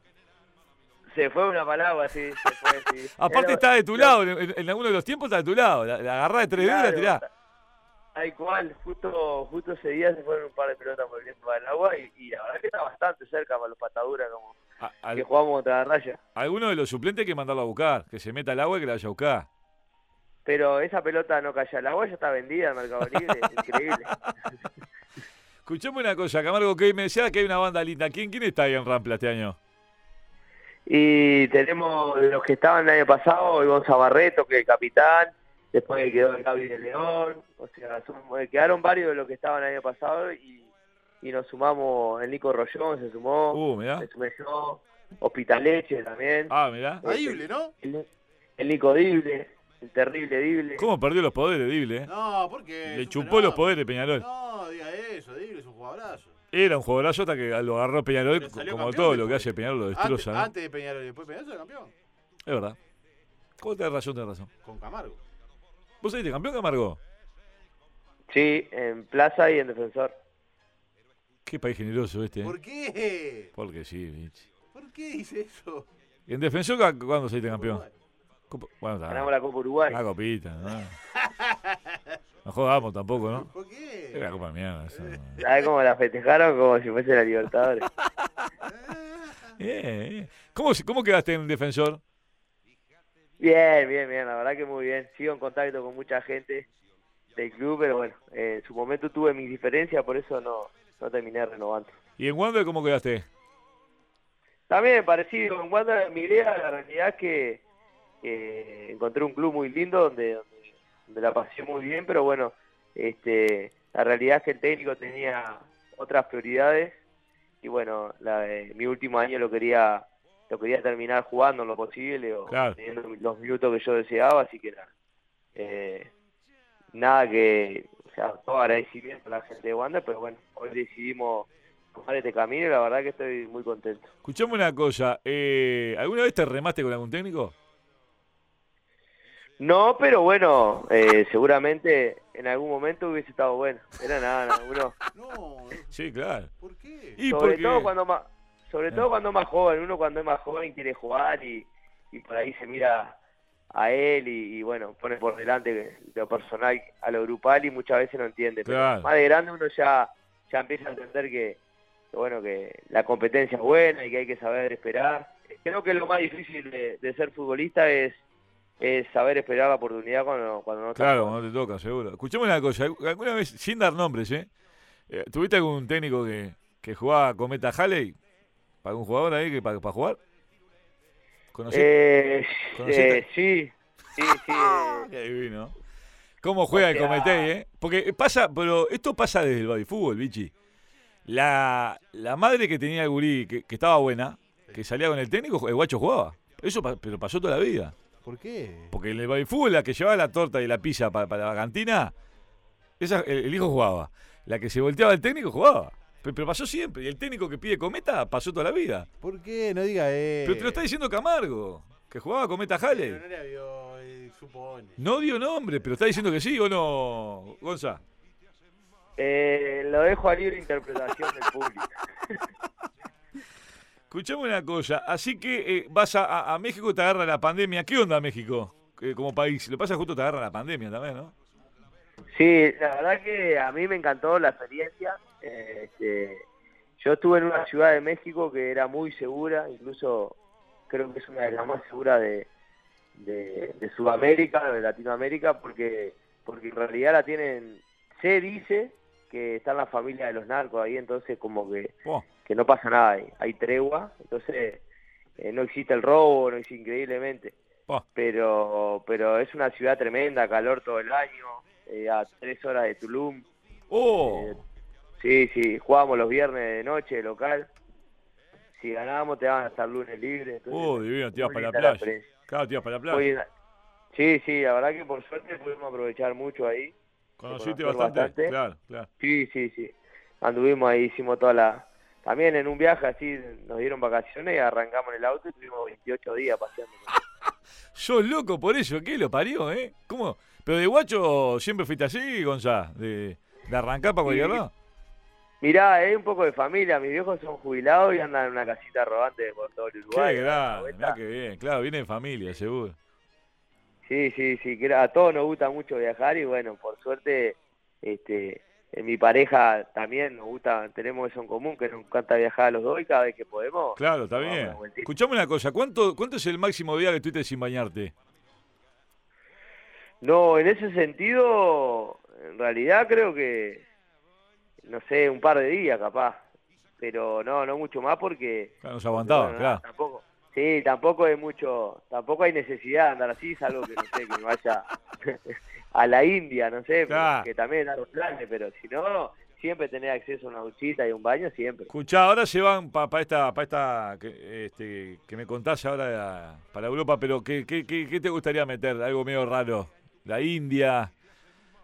[SPEAKER 3] Se fue una palabra, sí, se fue, sí.
[SPEAKER 1] Aparte
[SPEAKER 3] Era-
[SPEAKER 1] está de tu
[SPEAKER 3] era-
[SPEAKER 1] lado, en, en alguno de los tiempos está de tu lado. La, la agarrá de tres dedos y la
[SPEAKER 3] Claro,
[SPEAKER 1] tirá.
[SPEAKER 3] ta- Tal cual, justo, justo ese día se fueron un par de pelotas por el viento para el agua y, y la verdad que está bastante cerca para los pataduras como
[SPEAKER 1] A- al-
[SPEAKER 3] que jugamos contra la raya.
[SPEAKER 1] alguno de los suplentes hay que mandarlo a buscar, que se meta al agua y que la vaya a buscar.
[SPEAKER 3] Pero esa pelota no cayó al agua, ya está vendida en Mercado Libre,
[SPEAKER 1] (laughs)
[SPEAKER 3] increíble.
[SPEAKER 1] Escuchame una cosa, Camargo, que me decía que hay una banda linda. ¿Quién, quién está ahí en Rampla este año?
[SPEAKER 3] Y tenemos de los que estaban el año pasado, el Gonza Barreto, que es el capitán, después que quedó el Gaby de León, o sea, son- eh, quedaron varios de los que estaban el año pasado y, y nos sumamos, el Nico Rollón se sumó,
[SPEAKER 1] Uh, mirá.
[SPEAKER 3] me sumé yo, Hospitaleche también,
[SPEAKER 1] Ah, mirá.
[SPEAKER 4] Increíble, ¿no?
[SPEAKER 3] el, el Nico Dible, el terrible Dible.
[SPEAKER 1] ¿Cómo perdió los poderes, Dible? eh?
[SPEAKER 4] No, porque.
[SPEAKER 1] Le chupó los poderes Peñarol.
[SPEAKER 4] No, diga eso, Dible es un jugadorazo.
[SPEAKER 1] Era un jugadorazo hasta que lo agarró Peñarol,
[SPEAKER 4] Pero
[SPEAKER 1] co-
[SPEAKER 4] salió
[SPEAKER 1] como
[SPEAKER 4] campeón
[SPEAKER 1] todo lo que
[SPEAKER 4] después.
[SPEAKER 1] hace Peñarol lo
[SPEAKER 4] Antes,
[SPEAKER 1] destroza. ¿no?
[SPEAKER 4] antes de Peñarol y después Peñarol es el campeón.
[SPEAKER 1] Es verdad. ¿Cómo tenés razón, tenés razón?
[SPEAKER 4] Con Camargo.
[SPEAKER 1] ¿Vos saliste campeón, Camargo?
[SPEAKER 3] Sí, en Plaza y en Defensor.
[SPEAKER 1] Qué país generoso este. ¿eh?
[SPEAKER 4] ¿Por qué?
[SPEAKER 1] Porque sí, Vinci.
[SPEAKER 4] ¿Por qué dice eso?
[SPEAKER 1] ¿En defensor ca- cuándo saliste campeón? Copa- Bueno,
[SPEAKER 3] Ganamos
[SPEAKER 1] está.
[SPEAKER 3] la Copa Uruguay.
[SPEAKER 1] La copita, ¿no? No jodamos tampoco, ¿no?
[SPEAKER 4] ¿Por qué?
[SPEAKER 1] Era copa de mierda. esa, ¿no?
[SPEAKER 3] ¿Sabes cómo la festejaron? Como si fuese la Libertadores.
[SPEAKER 1] Eh, eh. ¿Cómo, se- ¿Cómo quedaste en defensor?
[SPEAKER 3] Bien, bien, bien, la verdad que muy bien. Sigo en contacto con mucha gente del club, pero bueno, eh, en su momento tuve mis diferencias, por eso no, no terminé renovando.
[SPEAKER 1] ¿Y en Wander cómo quedaste?
[SPEAKER 3] También parecido, en Wanda mi idea, la realidad es que, que encontré un club muy lindo donde, donde, donde la pasé muy bien, pero bueno, este, la realidad es que el técnico tenía otras prioridades y bueno, la de- mi último año lo quería lo quería terminar jugando en lo posible o
[SPEAKER 1] Claro.
[SPEAKER 3] teniendo los minutos que yo deseaba, así que nada. Eh, nada que, o sea, todo agradecimiento a la gente de Wanda, pero bueno, hoy decidimos tomar este camino y la verdad que estoy muy contento.
[SPEAKER 1] Escuchame una cosa. eh, ¿Alguna vez te remaste con algún técnico?
[SPEAKER 3] No, pero bueno, eh, seguramente en algún momento hubiese estado bueno. Era nada, nada, uno.
[SPEAKER 4] No,
[SPEAKER 1] Sí, claro.
[SPEAKER 4] ¿por qué?
[SPEAKER 1] (laughs) Y
[SPEAKER 3] Sobre
[SPEAKER 1] porque...
[SPEAKER 3] todo cuando más, sobre
[SPEAKER 1] Ah.
[SPEAKER 3] todo cuando más joven, uno cuando es más joven quiere jugar y, y por ahí se mira a él y, y bueno, pone por delante lo personal a lo grupal y muchas veces no entiende. Pero
[SPEAKER 1] Claro.
[SPEAKER 3] más de grande uno ya, ya empieza a entender que, que bueno, que la competencia es buena y que hay que saber esperar. Creo que lo más difícil de, de ser futbolista es, es saber esperar la oportunidad cuando, cuando no está
[SPEAKER 1] Claro, cuando te toca, seguro. Escuchame una cosa. ¿Alguna vez, sin dar nombres, eh, eh, ¿tuviste algún técnico que, que jugaba Cometa Halley? ¿Para algún jugador ahí que para, para jugar? ¿Conocí?
[SPEAKER 3] Eh,
[SPEAKER 1] ¿Ah, ¿Conociste?
[SPEAKER 3] eh, sí, sí, sí. eh,
[SPEAKER 1] (laughs) Qué divino. ¿Cómo juega
[SPEAKER 3] O
[SPEAKER 1] el
[SPEAKER 3] sea-
[SPEAKER 1] Comete, eh? Porque pasa, pero esto pasa desde el body fútbol, bichi. La, la madre que tenía el gurí, que, que estaba buena, que salía con el técnico, el guacho jugaba. Eso pa- pero pasó toda la vida.
[SPEAKER 2] ¿Por qué?
[SPEAKER 1] Porque en el body fútbol, la que llevaba la torta y la pizza pa- para la cantina, esa, el, el hijo jugaba. La que se volteaba el técnico jugaba. Pero, pero pasó siempre. Y el técnico que pide cometa pasó toda la vida.
[SPEAKER 2] ¿Por qué? No diga eh.
[SPEAKER 1] Pero te lo está diciendo Camargo, que jugaba cometa Halley.
[SPEAKER 4] Pero no la vio, eh, supone.
[SPEAKER 1] No dio nombre, pero está diciendo que sí o no, Gonza.
[SPEAKER 3] eh, lo dejo a libre interpretación del público.
[SPEAKER 1] Escuchame una cosa, así que eh, vas a- a, a México, te agarra la pandemia. ¿Qué onda México eh, como país? Lo que pasa es que justo te agarra la pandemia también, ¿no?
[SPEAKER 3] Sí, la verdad que a mí me encantó la experiencia. eh, este, yo estuve en una ciudad de México que era muy segura, incluso creo que es una de las más seguras de, de, de Sudamérica, de Latinoamérica, porque, porque en realidad la tienen, se dice que están las familias de los narcos ahí, entonces como que
[SPEAKER 1] Buah,
[SPEAKER 3] que no pasa nada, hay, hay tregua, entonces eh, no existe el robo, no existe increíblemente.
[SPEAKER 1] Pa.
[SPEAKER 3] Pero pero es una ciudad tremenda, calor todo el año, eh, a tres horas de Tulum.
[SPEAKER 1] ¡Oh!
[SPEAKER 3] Eh, sí, sí, jugábamos los viernes de noche local. Si ganábamos te daban hasta el lunes libre. entonces,
[SPEAKER 1] ¡Oh, divino! Te ibas
[SPEAKER 3] muy
[SPEAKER 1] para la
[SPEAKER 3] linda la
[SPEAKER 1] playa.
[SPEAKER 3] experiencia.
[SPEAKER 1] Claro, te ibas para la
[SPEAKER 3] Muy
[SPEAKER 1] playa.
[SPEAKER 3] linda. Sí, sí, la verdad que por suerte pudimos aprovechar mucho ahí.
[SPEAKER 1] Conociste
[SPEAKER 3] conocer
[SPEAKER 1] bastante.
[SPEAKER 3] bastante.
[SPEAKER 1] Claro, claro.
[SPEAKER 3] Sí, sí, sí. Anduvimos ahí, hicimos toda la... También en un viaje así nos dieron vacaciones y arrancamos en el auto y tuvimos 28 días paseando.
[SPEAKER 1] Sos loco por eso, ¿qué? Lo parió, ¿eh? ¿Cómo? Pero de guacho siempre fuiste así, Gonza, de, de arrancar para cualquier
[SPEAKER 3] Sí.
[SPEAKER 1] lado.
[SPEAKER 3] Mirá, es un poco de familia. Mis viejos son jubilados y andan en una casita rodante por todo el Uruguay.
[SPEAKER 1] Qué
[SPEAKER 3] a la
[SPEAKER 1] grande, mirá
[SPEAKER 3] vuelta.
[SPEAKER 1] qué bien. Claro, viene de familia, seguro.
[SPEAKER 3] Sí, sí, sí. que era- A todos nos gusta mucho viajar y bueno, por suerte Este, en mi pareja también nos gusta, tenemos eso en común, que nos encanta viajar a los dos y cada vez que podemos.
[SPEAKER 1] Claro, está
[SPEAKER 3] nos damos
[SPEAKER 1] bien.
[SPEAKER 3] una vueltita.
[SPEAKER 1] Escuchame una cosa, ¿cuánto, ¿cuánto es el máximo día que estuviste sin bañarte?
[SPEAKER 3] No, en ese sentido, en realidad creo que, no sé, un par de días capaz. Pero no, no mucho más porque...
[SPEAKER 1] Claro, no se aguantaba,
[SPEAKER 3] bueno, nada,
[SPEAKER 1] claro.
[SPEAKER 3] Tampoco, sí, tampoco es mucho, tampoco hay necesidad de andar así, salvo que, no sé, que me vaya (laughs) a la India, no sé,
[SPEAKER 1] Claro.
[SPEAKER 3] que también dar los planes, pero si no, siempre tener acceso a una duchita y un baño, siempre.
[SPEAKER 1] Escuchá, ahora se van para esta, pa esta que, este, que me contás ahora para Europa, pero ¿qué, qué, qué, qué te gustaría meter? Algo medio raro. La India.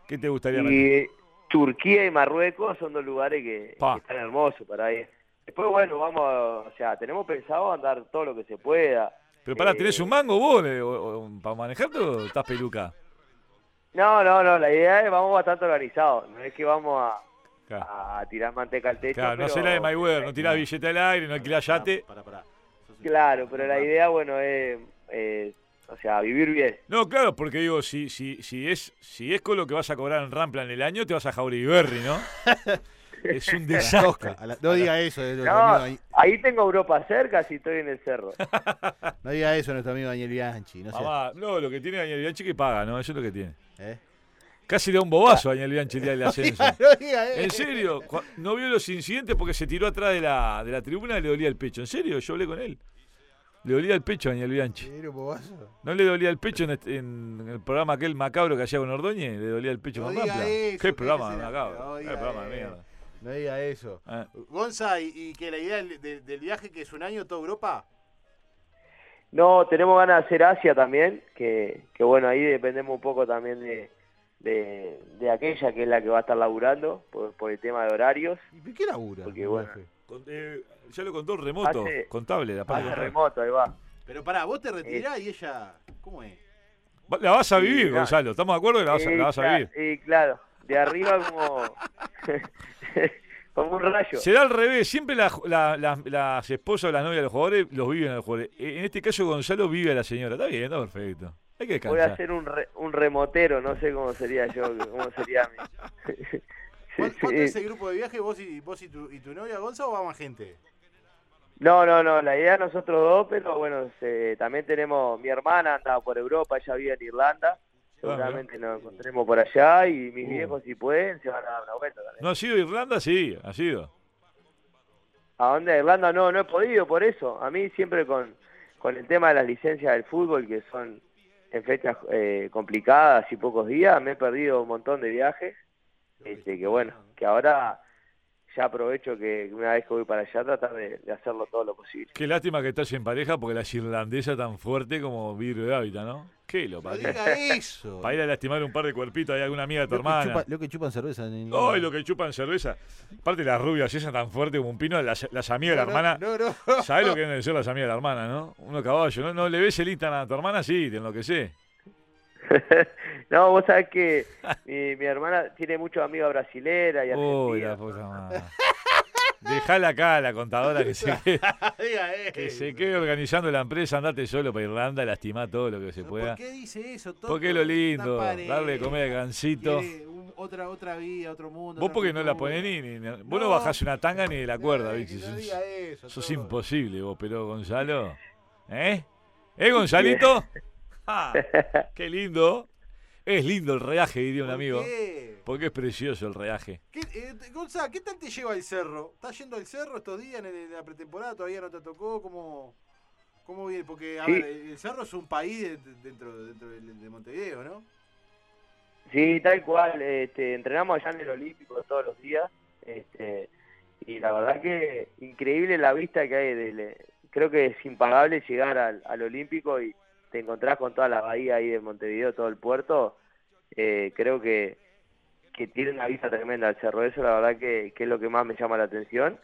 [SPEAKER 1] ¿Qué te gustaría meter?
[SPEAKER 3] Y eh, Turquía y Marruecos son dos lugares que,
[SPEAKER 1] Pa.
[SPEAKER 3] que están hermosos para ir. Después, bueno, vamos, a- o sea, tenemos pensado andar todo lo que se pueda.
[SPEAKER 1] Pero pará,
[SPEAKER 3] eh,
[SPEAKER 1] ¿tenés un mango vos para manejarte o estás peluca?
[SPEAKER 3] No, no, no, la idea es vamos bastante organizados, no es que vamos a,
[SPEAKER 1] Claro,
[SPEAKER 3] a tirar manteca al techo.
[SPEAKER 1] claro no
[SPEAKER 3] Ah, pero- eh, ah,
[SPEAKER 1] sé la de Mayweather, no tirás billete al aire, no alquilás yate.
[SPEAKER 4] Pará, pará. Sos un-
[SPEAKER 3] (laughs) Claro, pero
[SPEAKER 1] Ah.
[SPEAKER 3] la idea, bueno, es, eh, o sea, vivir bien.
[SPEAKER 1] No, claro, porque digo, si, si, si, es, si es con lo que vas a cobrar en Rampla en el año, te vas a Jauregui
[SPEAKER 3] (laughs)
[SPEAKER 1] ¿no? es un desastre.
[SPEAKER 2] A la- no diga eso, eh, nuestro
[SPEAKER 3] No,
[SPEAKER 2] amigo Dani-
[SPEAKER 3] ahí tengo Europa cerca si estoy en el cerro.
[SPEAKER 2] no diga eso nuestro amigo Daniel Bianchi. No sé.
[SPEAKER 1] Mamá, no, lo que tiene Daniel Bianchi que paga, ¿no? Eso es lo que tiene.
[SPEAKER 2] ¿eh?
[SPEAKER 1] Casi le da un
[SPEAKER 2] Ah.
[SPEAKER 1] bobazo a Daniel Bianchi el
[SPEAKER 2] (laughs)
[SPEAKER 1] día del ascenso.
[SPEAKER 2] No diga eso.
[SPEAKER 1] En serio, cua- no vio los incidentes porque se tiró atrás de la, de la tribuna y le dolía el pecho. En serio, yo hablé con él. Le dolía el pecho a Daniel Bianchi.
[SPEAKER 2] Era un bobazo.
[SPEAKER 1] No le dolía el pecho en, este- en el programa aquel macabro que hacía con Ordóñez, le dolía el pecho
[SPEAKER 2] No
[SPEAKER 1] con
[SPEAKER 2] diga
[SPEAKER 1] Rampla.
[SPEAKER 2] eso,
[SPEAKER 1] Qué
[SPEAKER 2] que
[SPEAKER 1] programa
[SPEAKER 2] ese era-
[SPEAKER 1] macabro.
[SPEAKER 2] no
[SPEAKER 1] Qué
[SPEAKER 2] diga
[SPEAKER 1] programa de
[SPEAKER 2] eso.
[SPEAKER 1] mierda.
[SPEAKER 2] No diga eso.
[SPEAKER 1] Ah,
[SPEAKER 4] Gonza, y, y que la idea del, del- del viaje que es un año toda Europa.
[SPEAKER 3] No, tenemos ganas de hacer Asia también, que, que bueno, ahí dependemos un poco también de, de, de aquella que es la que va a estar laburando por, por el tema de horarios.
[SPEAKER 2] ¿Y por qué labura?
[SPEAKER 3] Porque
[SPEAKER 2] el
[SPEAKER 3] bueno,
[SPEAKER 2] viaje?
[SPEAKER 1] con- eh, ya lo contó remoto,
[SPEAKER 3] Hace-
[SPEAKER 1] contable, la parte
[SPEAKER 3] Hace
[SPEAKER 1] contable.
[SPEAKER 3] Ah, remoto, ahí va.
[SPEAKER 4] Pero pará, vos te
[SPEAKER 3] Eh.
[SPEAKER 4] retirás y ella. ¿Cómo es?
[SPEAKER 1] Va- La vas a
[SPEAKER 3] Sí,
[SPEAKER 1] vivir,
[SPEAKER 3] claro.
[SPEAKER 1] Gonzalo. ¿Estamos de acuerdo que la vas, a-
[SPEAKER 3] Sí,
[SPEAKER 1] la vas a
[SPEAKER 3] cla-
[SPEAKER 1] vivir?
[SPEAKER 3] sí, claro, de arriba como, (laughs) como un rayo.
[SPEAKER 1] Será al revés. Siempre la- la- la- las esposas o las novias de los jugadores los viven a los jugadores. E- En este caso, Gonzalo vive a la señora. Está bien, está perfecto. Hay que
[SPEAKER 3] Voy
[SPEAKER 1] descansar.
[SPEAKER 3] a ser un, re- un remotero, no sé cómo sería yo, cómo sería mi- (laughs) Sí,
[SPEAKER 4] ¿Cuánto,
[SPEAKER 3] sí. eh.
[SPEAKER 4] cuánto es el grupo de viaje vos y, vos y, tu, y tu novia, Gonza, o va más gente?
[SPEAKER 3] No, no, no, la idea de nosotros dos, pero bueno, se- también tenemos, mi hermana anda por Europa, ella vive en Irlanda, seguramente nos encontremos por allá y mis
[SPEAKER 1] Uh.
[SPEAKER 3] viejos si pueden se van a dar una vuelta también.
[SPEAKER 1] ¿No ha sido Irlanda? Sí, ha sido.
[SPEAKER 3] ¿A dónde? A Irlanda no, no he podido por eso. A mí siempre con, con el tema de las licencias del fútbol, que son en fechas eh, complicadas y pocos días, me he perdido un montón de viajes, este, que bueno, que ahora ya aprovecho que una vez que voy para allá tratar de, de hacerlo todo lo posible.
[SPEAKER 1] Qué lástima que estás en pareja porque la irlandesa tan fuerte como vidrio de hábitat, ¿no? Qué lo
[SPEAKER 2] No
[SPEAKER 1] parió.
[SPEAKER 2] diga (laughs) eso.
[SPEAKER 1] Para ir a lastimar un par de cuerpitos hay alguna amiga de tu
[SPEAKER 2] Lo que chupa-
[SPEAKER 1] hermana.
[SPEAKER 2] Lo que chupan cerveza. en-
[SPEAKER 1] ¡Ay, lo que chupan cerveza! Aparte, las rubias esas tan fuertes como un pino, las, las amigas de la
[SPEAKER 2] No,
[SPEAKER 1] hermana.
[SPEAKER 2] No, no. no.
[SPEAKER 1] ¿Sabés lo que deben ser las amigas de la hermana, no? Uno caballo, ¿no? ¿No le ves el Instagram a tu hermana? Sí, te enloquecés.
[SPEAKER 3] no, vos sabés que mi, mi hermana tiene muchos amigos brasileras y
[SPEAKER 1] Uy, la
[SPEAKER 3] argentinas.
[SPEAKER 1] puta madre. (laughs) Dejala acá a la contadora que (laughs) se quede,
[SPEAKER 4] No diga eso.
[SPEAKER 1] que se quede organizando la empresa, andate solo para Irlanda, lastimá todo lo que se
[SPEAKER 4] ¿Por
[SPEAKER 1] pueda.
[SPEAKER 4] qué dice eso? Toto?
[SPEAKER 1] Porque es lo lindo,
[SPEAKER 4] Una pared.
[SPEAKER 1] darle de comer al gansito.
[SPEAKER 4] Quiere un- otra, otra vida, otro mundo.
[SPEAKER 1] Vos
[SPEAKER 4] otra
[SPEAKER 1] porque no la
[SPEAKER 4] cultura.
[SPEAKER 1] ponés ni, ni- ni- Vos no
[SPEAKER 4] No.
[SPEAKER 1] bajás una tanga ni de la cuerda, Vixi.
[SPEAKER 4] No
[SPEAKER 1] sos-
[SPEAKER 4] diga eso.
[SPEAKER 1] Sos
[SPEAKER 4] Toto.
[SPEAKER 1] imposible vos, pero Gonzalo. ¿Eh? (laughs) ¿Eh, Gonzalito? Ah, ¡Qué lindo! Es lindo el reaje, diría un
[SPEAKER 4] ¿Por
[SPEAKER 1] amigo.
[SPEAKER 4] qué?
[SPEAKER 1] Porque es precioso el reaje.
[SPEAKER 4] ¿Qué, eh, te- Gonza, ¿qué tal te lleva el cerro? ¿Estás yendo al cerro estos días en, el- en la pretemporada? ¿Todavía no te tocó? ¿Cómo, cómo viene? Porque, a
[SPEAKER 3] Sí.
[SPEAKER 4] ver, el el cerro es un país de- de- dentro, dentro de, de Montevideo, ¿no?
[SPEAKER 3] Sí, tal cual. Este, entrenamos allá en el Olímpico todos los días. Este, y la verdad que increíble la vista que hay. del- creo que es impagable llegar al, al Olímpico y te encontrás con toda la bahía ahí de Montevideo, todo el puerto. Eh, creo que, que tiene una vista tremenda el cerro. Eso la verdad que, que es lo que más me llama la atención.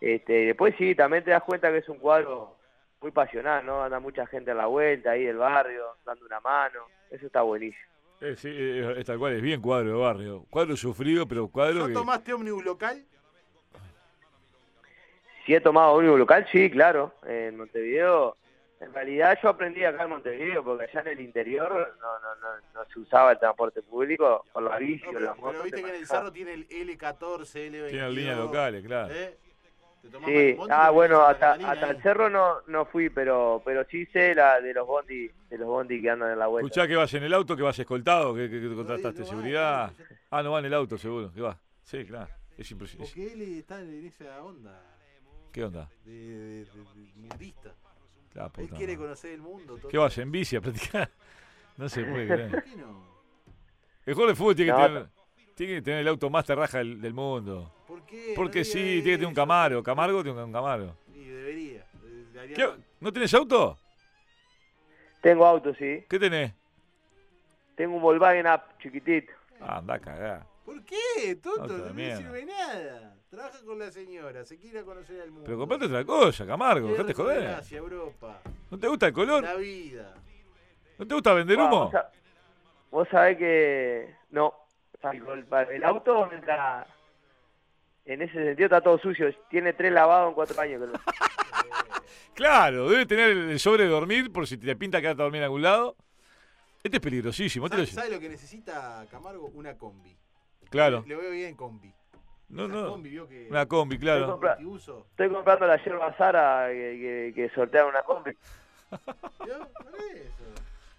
[SPEAKER 3] Este, y después sí, también te das cuenta que es un cuadro muy pasional, ¿no? Anda mucha gente a la vuelta ahí del barrio, dando una mano. Eso está buenísimo.
[SPEAKER 1] Eh, sí, eh, es tal cual, es bien cuadro de barrio. Cuadro sufrido, pero cuadro
[SPEAKER 4] ¿No
[SPEAKER 1] que.
[SPEAKER 4] tomaste ómnibus local?
[SPEAKER 3] Si he tomado ómnibus local, sí, claro. En Montevideo En realidad yo aprendí acá en Montevideo, porque allá en el interior no, no, no, no se usaba el transporte público por la bici
[SPEAKER 2] No,
[SPEAKER 3] o
[SPEAKER 2] pero,
[SPEAKER 3] las
[SPEAKER 2] pero
[SPEAKER 3] motos.
[SPEAKER 2] viste
[SPEAKER 3] te
[SPEAKER 2] que en el
[SPEAKER 3] manejabas.
[SPEAKER 2] cerro tiene el L14, L22.
[SPEAKER 1] Tiene líneas locales, claro.
[SPEAKER 2] ¿eh? Te tomás
[SPEAKER 3] Sí,
[SPEAKER 2] Marimonte y
[SPEAKER 3] ah,
[SPEAKER 2] te
[SPEAKER 3] bueno,
[SPEAKER 2] venís a
[SPEAKER 3] hasta,
[SPEAKER 2] Catalina
[SPEAKER 3] hasta
[SPEAKER 2] ahí.
[SPEAKER 3] el cerro no, no fui, pero pero sí sé la de los bondi, de los bondi que andan en la vuelta.
[SPEAKER 1] Escuchá que vas en el auto, que vas escoltado, que, que- que contrataste
[SPEAKER 2] No, eh, no va,
[SPEAKER 1] seguridad.
[SPEAKER 2] claro, yo-
[SPEAKER 1] Ah, no va en el auto, seguro, que va. Sí, claro. Es impresionante.
[SPEAKER 2] Porque él está en esa onda
[SPEAKER 1] ¿Qué onda?
[SPEAKER 2] de, de- de- de mundista.
[SPEAKER 1] La
[SPEAKER 2] Él
[SPEAKER 1] puta
[SPEAKER 2] quiere
[SPEAKER 1] madre.
[SPEAKER 2] conocer el mundo. todo.
[SPEAKER 1] ¿Qué vas en bici a practicar? (laughs) No se puede
[SPEAKER 2] (laughs)
[SPEAKER 1] creer.
[SPEAKER 2] ¿Por qué no?
[SPEAKER 1] El juego de fútbol tiene que,
[SPEAKER 3] No,
[SPEAKER 1] tener, tiene que tener el auto más terraja del, del mundo.
[SPEAKER 2] ¿Por qué? No
[SPEAKER 1] Porque
[SPEAKER 2] diga
[SPEAKER 1] sí, tiene que tener un
[SPEAKER 2] eso.
[SPEAKER 1] Camaro. Camargo tiene un Camaro.
[SPEAKER 2] Y debería. eh, le haría
[SPEAKER 1] ¿Qué-
[SPEAKER 2] mal.
[SPEAKER 1] ¿No tenés auto?
[SPEAKER 3] Tengo auto, sí.
[SPEAKER 1] ¿Qué tenés?
[SPEAKER 3] Tengo un Volkswagen Up chiquitito.
[SPEAKER 1] Ah, anda a cagar.
[SPEAKER 2] ¿Por qué? Tonto,
[SPEAKER 1] Auto de
[SPEAKER 2] no le
[SPEAKER 1] mierda.
[SPEAKER 2] sirve nada. Trabaja con la señora, se quiere conocer al mundo.
[SPEAKER 1] Pero comprate otra cosa, Camargo.
[SPEAKER 2] Quiere
[SPEAKER 1] Dejate
[SPEAKER 2] recorrer
[SPEAKER 1] joder.
[SPEAKER 2] Hacia Europa,
[SPEAKER 1] ¿No te gusta el color?
[SPEAKER 2] la vida.
[SPEAKER 1] ¿No te gusta vender
[SPEAKER 3] Guau,
[SPEAKER 1] humo?
[SPEAKER 3] vos sab- Vos sabés que no. O sea, el- El auto está- en ese sentido está todo sucio. Tiene tres lavados en cuatro años. creo.
[SPEAKER 1] Claro, debe tener el sobre de dormir por si te pinta quedarte a dormir en algún lado. Este es peligrosísimo. este
[SPEAKER 2] ¿Sabe,
[SPEAKER 1] lo-
[SPEAKER 2] sabe lo que necesita Camargo? Una combi.
[SPEAKER 1] Claro.
[SPEAKER 2] Le veo bien combi.
[SPEAKER 1] No,
[SPEAKER 2] Esa
[SPEAKER 1] no.
[SPEAKER 2] combi, vio que
[SPEAKER 1] Una combi, claro.
[SPEAKER 3] compra-
[SPEAKER 2] multiuso.
[SPEAKER 3] Estoy comprando la yerba Sara que, que, que sortearon una compra.
[SPEAKER 2] ¿Vio? Por eso.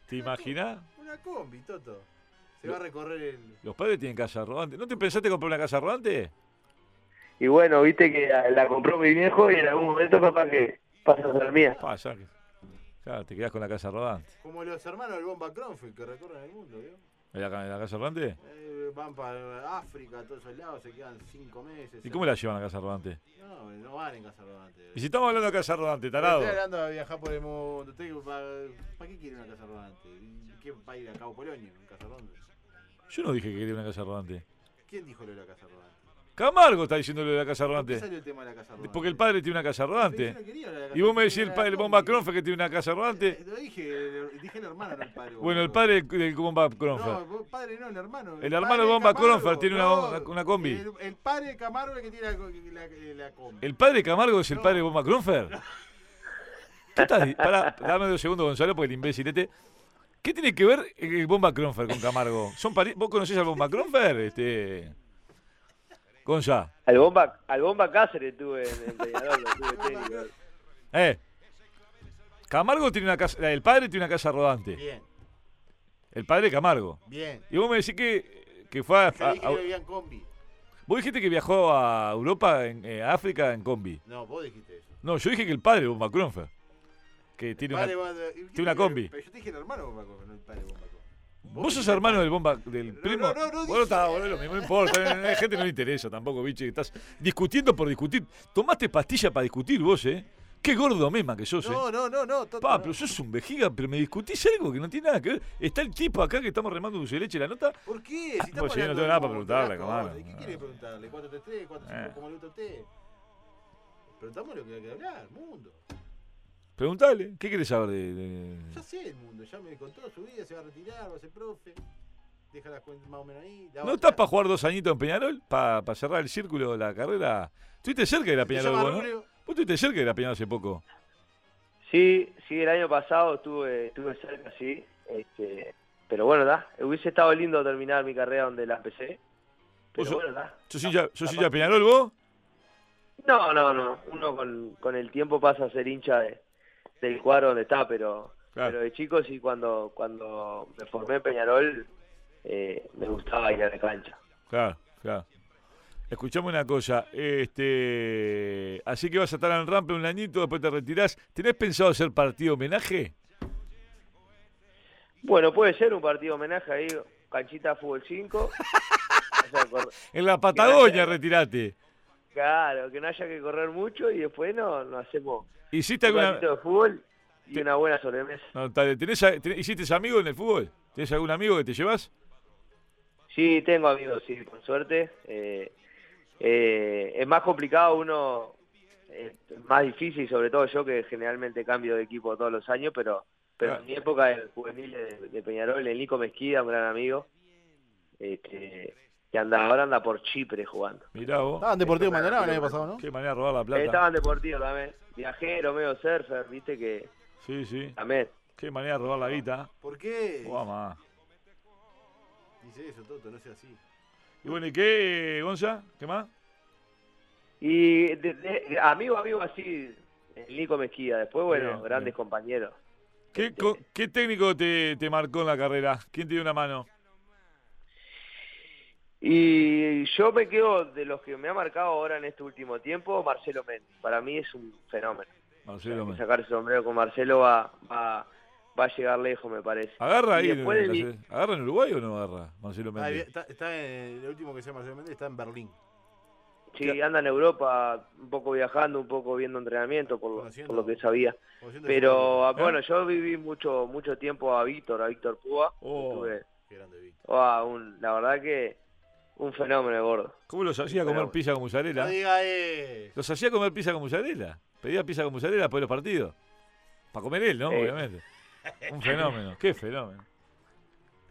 [SPEAKER 1] ¿Te imaginas?
[SPEAKER 2] Una combi, Toto. Se va a recorrer el...
[SPEAKER 1] Los padres tienen casa rodante. ¿No te pensaste comprar una casa rodante?
[SPEAKER 3] Y bueno, viste que la, la compró mi viejo y en algún momento capaz que pasa a ser mía.
[SPEAKER 1] Pasa. que- Claro, te quedás con la casa rodante.
[SPEAKER 2] Como los hermanos del Bomba Cronfield que recorren el mundo, ¿vio?
[SPEAKER 1] ¿En la, en la casa rodante?
[SPEAKER 2] Eh, van para África, a todos esos lados, se quedan cinco meses.
[SPEAKER 1] ¿Y cómo la llevan a casa rodante?
[SPEAKER 2] No, no van en casa rodante.
[SPEAKER 1] Y si estamos hablando de casa rodante, tarado.
[SPEAKER 2] Estoy hablando de viajar por el mundo. Estoy, ¿para, qué quiere una casa rodante? ¿Quién va a ir a Cabo Polonio en casa rodante?
[SPEAKER 1] Yo no dije que quería una casa rodante.
[SPEAKER 2] ¿Quién dijo lo de la casa rodante?
[SPEAKER 1] Camargo está diciendo lo de la casa
[SPEAKER 2] ¿Por qué
[SPEAKER 1] rodante.
[SPEAKER 2] salió el tema de la casa rodante?
[SPEAKER 1] Porque el padre tiene una casa
[SPEAKER 2] Pero yo
[SPEAKER 1] rodante.
[SPEAKER 2] no quería hablar de la casa
[SPEAKER 1] Y vos me
[SPEAKER 2] rodante,
[SPEAKER 1] decís el, padre,
[SPEAKER 2] quería
[SPEAKER 1] el
[SPEAKER 2] hablar de
[SPEAKER 1] bomba
[SPEAKER 2] Combi.
[SPEAKER 1] Cronfe que tiene una casa rodante.
[SPEAKER 2] Eh, Lo dije, dije el hermano, no el padre.
[SPEAKER 1] Bueno, el padre del- del Bomba Cronfer.
[SPEAKER 2] No, el padre no, el hermano.
[SPEAKER 1] El hermano
[SPEAKER 2] padre
[SPEAKER 1] Bomba
[SPEAKER 2] Camargo,
[SPEAKER 1] Cronfer tiene una bomba- una combi.
[SPEAKER 2] El, el padre de Camargo es el que tiene la, co- la- eh, la combi.
[SPEAKER 1] ¿El padre de Camargo es el
[SPEAKER 2] No.
[SPEAKER 1] padre de Bomba Cronfer? ¿Qué estás di- Pará, dame dos segundos, Gonzalo, porque el imbécilete. ¿Qué tiene que ver el Bomba Cronfer con Camargo? ¿Son pari- ¿Vos conocés al Bomba Cronfer? Este... Gonza.
[SPEAKER 3] Al bomba, al bomba Cáceres tuve en, en Peñarol, lo tuve técnico.
[SPEAKER 1] Eh. Camargo tiene una casa. El padre tiene una casa rodante.
[SPEAKER 2] Bien,
[SPEAKER 1] El padre de Camargo.
[SPEAKER 2] bien.
[SPEAKER 1] Y vos me decís que, que fue a,
[SPEAKER 2] Yo
[SPEAKER 1] a-
[SPEAKER 2] dije que
[SPEAKER 1] a-
[SPEAKER 2] lo vivían combi.
[SPEAKER 1] Vos dijiste que viajó a Europa, en, eh, a África, en combi.
[SPEAKER 2] No, vos dijiste eso.
[SPEAKER 1] No, yo dije que el padre de Bomba Cronfer. Que tiene una.
[SPEAKER 2] Padre Bomba- ¿Y qué
[SPEAKER 1] una
[SPEAKER 2] tiene-
[SPEAKER 1] combi.
[SPEAKER 2] Pero yo te dije el hermano Bomba Cronfer, no el padre Bomba Cronfer.
[SPEAKER 1] Vos sos hermano del bomba del
[SPEAKER 2] No,
[SPEAKER 1] primo.
[SPEAKER 2] no, no, no
[SPEAKER 1] Vos
[SPEAKER 2] dije-
[SPEAKER 1] estás, boludo, lo mismo, no importa. no, no, La gente no le interesa tampoco, biche. Estás discutiendo por discutir. Tomaste pastilla para discutir vos, ¿eh? Qué gordo mema que sos, ¿eh?
[SPEAKER 2] No, no, no, no. Toto,
[SPEAKER 1] Pa,
[SPEAKER 2] no.
[SPEAKER 1] pero sos un vejiga, pero me discutís algo que no tiene nada que ver. Está el tipo acá que estamos remando dulce de leche la nota.
[SPEAKER 2] ¿Por qué? Si estamos
[SPEAKER 1] Pues sí, no tengo
[SPEAKER 2] hablando de
[SPEAKER 1] nada para
[SPEAKER 2] moto,
[SPEAKER 1] preguntarle,
[SPEAKER 2] las
[SPEAKER 1] Camargo.
[SPEAKER 2] cosas. ¿Y qué
[SPEAKER 1] No.
[SPEAKER 2] quiere preguntarle? ¿433? ¿435?
[SPEAKER 1] Eh.
[SPEAKER 2] ¿Cómo le gusta a usted? Preguntamos lo que hay que hablar, mundo.
[SPEAKER 1] Preguntale, ¿qué querés saber de.? de-
[SPEAKER 2] Ya sé el mundo, ya me contó su vida, se va a retirar, va a ser profe. Deja las cuentas más o menos ahí.
[SPEAKER 1] ¿No
[SPEAKER 2] la otra-
[SPEAKER 1] estás para jugar dos añitos en Peñarol? ¿Para cerrar el círculo de la carrera? Estuviste cerca de la
[SPEAKER 2] Se
[SPEAKER 1] Peñarol,
[SPEAKER 2] llama
[SPEAKER 1] vos, ¿no?
[SPEAKER 2] Rubio.
[SPEAKER 1] Vos estuviste cerca de la Peñarol hace poco.
[SPEAKER 3] Sí, sí, el año pasado estuve, estuve cerca, sí. Este, pero bueno, da, hubiese estado lindo terminar mi carrera donde la empecé. Pero
[SPEAKER 1] Vos sos-
[SPEAKER 3] bueno, da.
[SPEAKER 1] ¿Sos hincha, sos hincha de Peñarol vos?
[SPEAKER 3] No, no, no. Uno con, con el tiempo pasa a ser hincha de- del cuadro donde está, pero,
[SPEAKER 1] Claro.
[SPEAKER 3] pero de chico sí, cuando, cuando me formé en Peñarol, eh, me gustaba ir a la cancha.
[SPEAKER 1] Claro, claro. Escuchame una cosa, este, así que vas a estar en Rampe un añito, después te retirás. ¿Tenés pensado hacer partido homenaje?
[SPEAKER 3] Bueno, puede ser un partido homenaje ahí, canchita fútbol 5. O sea, cor-
[SPEAKER 1] En la Patagonia
[SPEAKER 3] Gracias.
[SPEAKER 1] retirate.
[SPEAKER 3] claro, que no haya que correr mucho y después no, no hacemos
[SPEAKER 1] ¿Hiciste
[SPEAKER 3] un
[SPEAKER 1] alguna
[SPEAKER 3] ratito de fútbol y
[SPEAKER 1] Te-
[SPEAKER 3] una buena sobremesa.
[SPEAKER 1] no, está bien. ¿Tenés a- tenés- hiciste amigos en el fútbol? ¿Tenés algún amigo que te llevas?
[SPEAKER 3] Sí, tengo amigos, sí, por suerte. Eh, eh, es más complicado uno, eh, más difícil, sobre todo yo que generalmente cambio de equipo todos los años, pero, pero
[SPEAKER 1] Claro.
[SPEAKER 3] en mi época del juvenil de, de Peñarol, el Nico Mezquida, un gran amigo, este, que anda, ahora anda por Chipre jugando.
[SPEAKER 1] Mirá vos.
[SPEAKER 5] Estaban Deportivo Maldonado el año pasado, ¿no?
[SPEAKER 1] Qué manera de robar la
[SPEAKER 3] Eh,
[SPEAKER 1] plata.
[SPEAKER 3] Estaban deportivos también, viajero, medio surfer, viste que
[SPEAKER 1] Sí, sí.
[SPEAKER 3] Amén.
[SPEAKER 1] Qué manera de robar la guita.
[SPEAKER 2] ¿Por qué?
[SPEAKER 1] Guama.
[SPEAKER 2] Dice eso, Toto, no sea así.
[SPEAKER 1] Y bueno, ¿y qué, Gonza? ¿Qué más?
[SPEAKER 3] Y de- de- amigo, amigo así, el Nico Mejía. Después, bueno,
[SPEAKER 1] Bien,
[SPEAKER 3] grandes
[SPEAKER 1] bien.
[SPEAKER 3] compañeros.
[SPEAKER 1] ¿Qué, co- qué técnico te, te marcó en la carrera? ¿Quién te dio una mano?
[SPEAKER 3] Y yo me quedo de los que me ha marcado ahora en este último tiempo, Marcelo Méndez. Para mí es un fenómeno.
[SPEAKER 1] Marcelo. Méndez.
[SPEAKER 3] Sacarse el sombrero con Marcelo va, va, va a llegar lejos, me parece.
[SPEAKER 1] ¿Agarra
[SPEAKER 3] Y
[SPEAKER 1] ahí?
[SPEAKER 3] después
[SPEAKER 1] en
[SPEAKER 3] de
[SPEAKER 1] la- ¿Agarra en Uruguay o no agarra Marcelo
[SPEAKER 2] Ah,
[SPEAKER 1] Méndez?
[SPEAKER 2] está, está en- el último que se llama Marcelo Méndez está en Berlín.
[SPEAKER 3] Sí, anda en Europa, un poco viajando, un poco viendo entrenamiento, por lo,
[SPEAKER 2] Conociendo.
[SPEAKER 3] por lo que sabía.
[SPEAKER 2] Conociendo
[SPEAKER 3] Pero ah,
[SPEAKER 1] ¿Eh?
[SPEAKER 3] bueno, yo viví mucho mucho tiempo a Víctor, a Víctor Púa.
[SPEAKER 1] Oh.
[SPEAKER 3] Estuve-
[SPEAKER 2] el- Qué grande, Víctor.
[SPEAKER 3] ah, un- la verdad que un fenómeno, gordo.
[SPEAKER 1] ¿Cómo los hacía comer
[SPEAKER 3] Pero-
[SPEAKER 1] pizza con mozzarella?
[SPEAKER 2] No diga eso.
[SPEAKER 1] Los hacía comer pizza con mozzarella. Pedía pizza con mozzarella después de los partidos. Para comer él, ¿no?
[SPEAKER 3] Sí.
[SPEAKER 1] Obviamente. Un fenómeno. Qué fenómeno.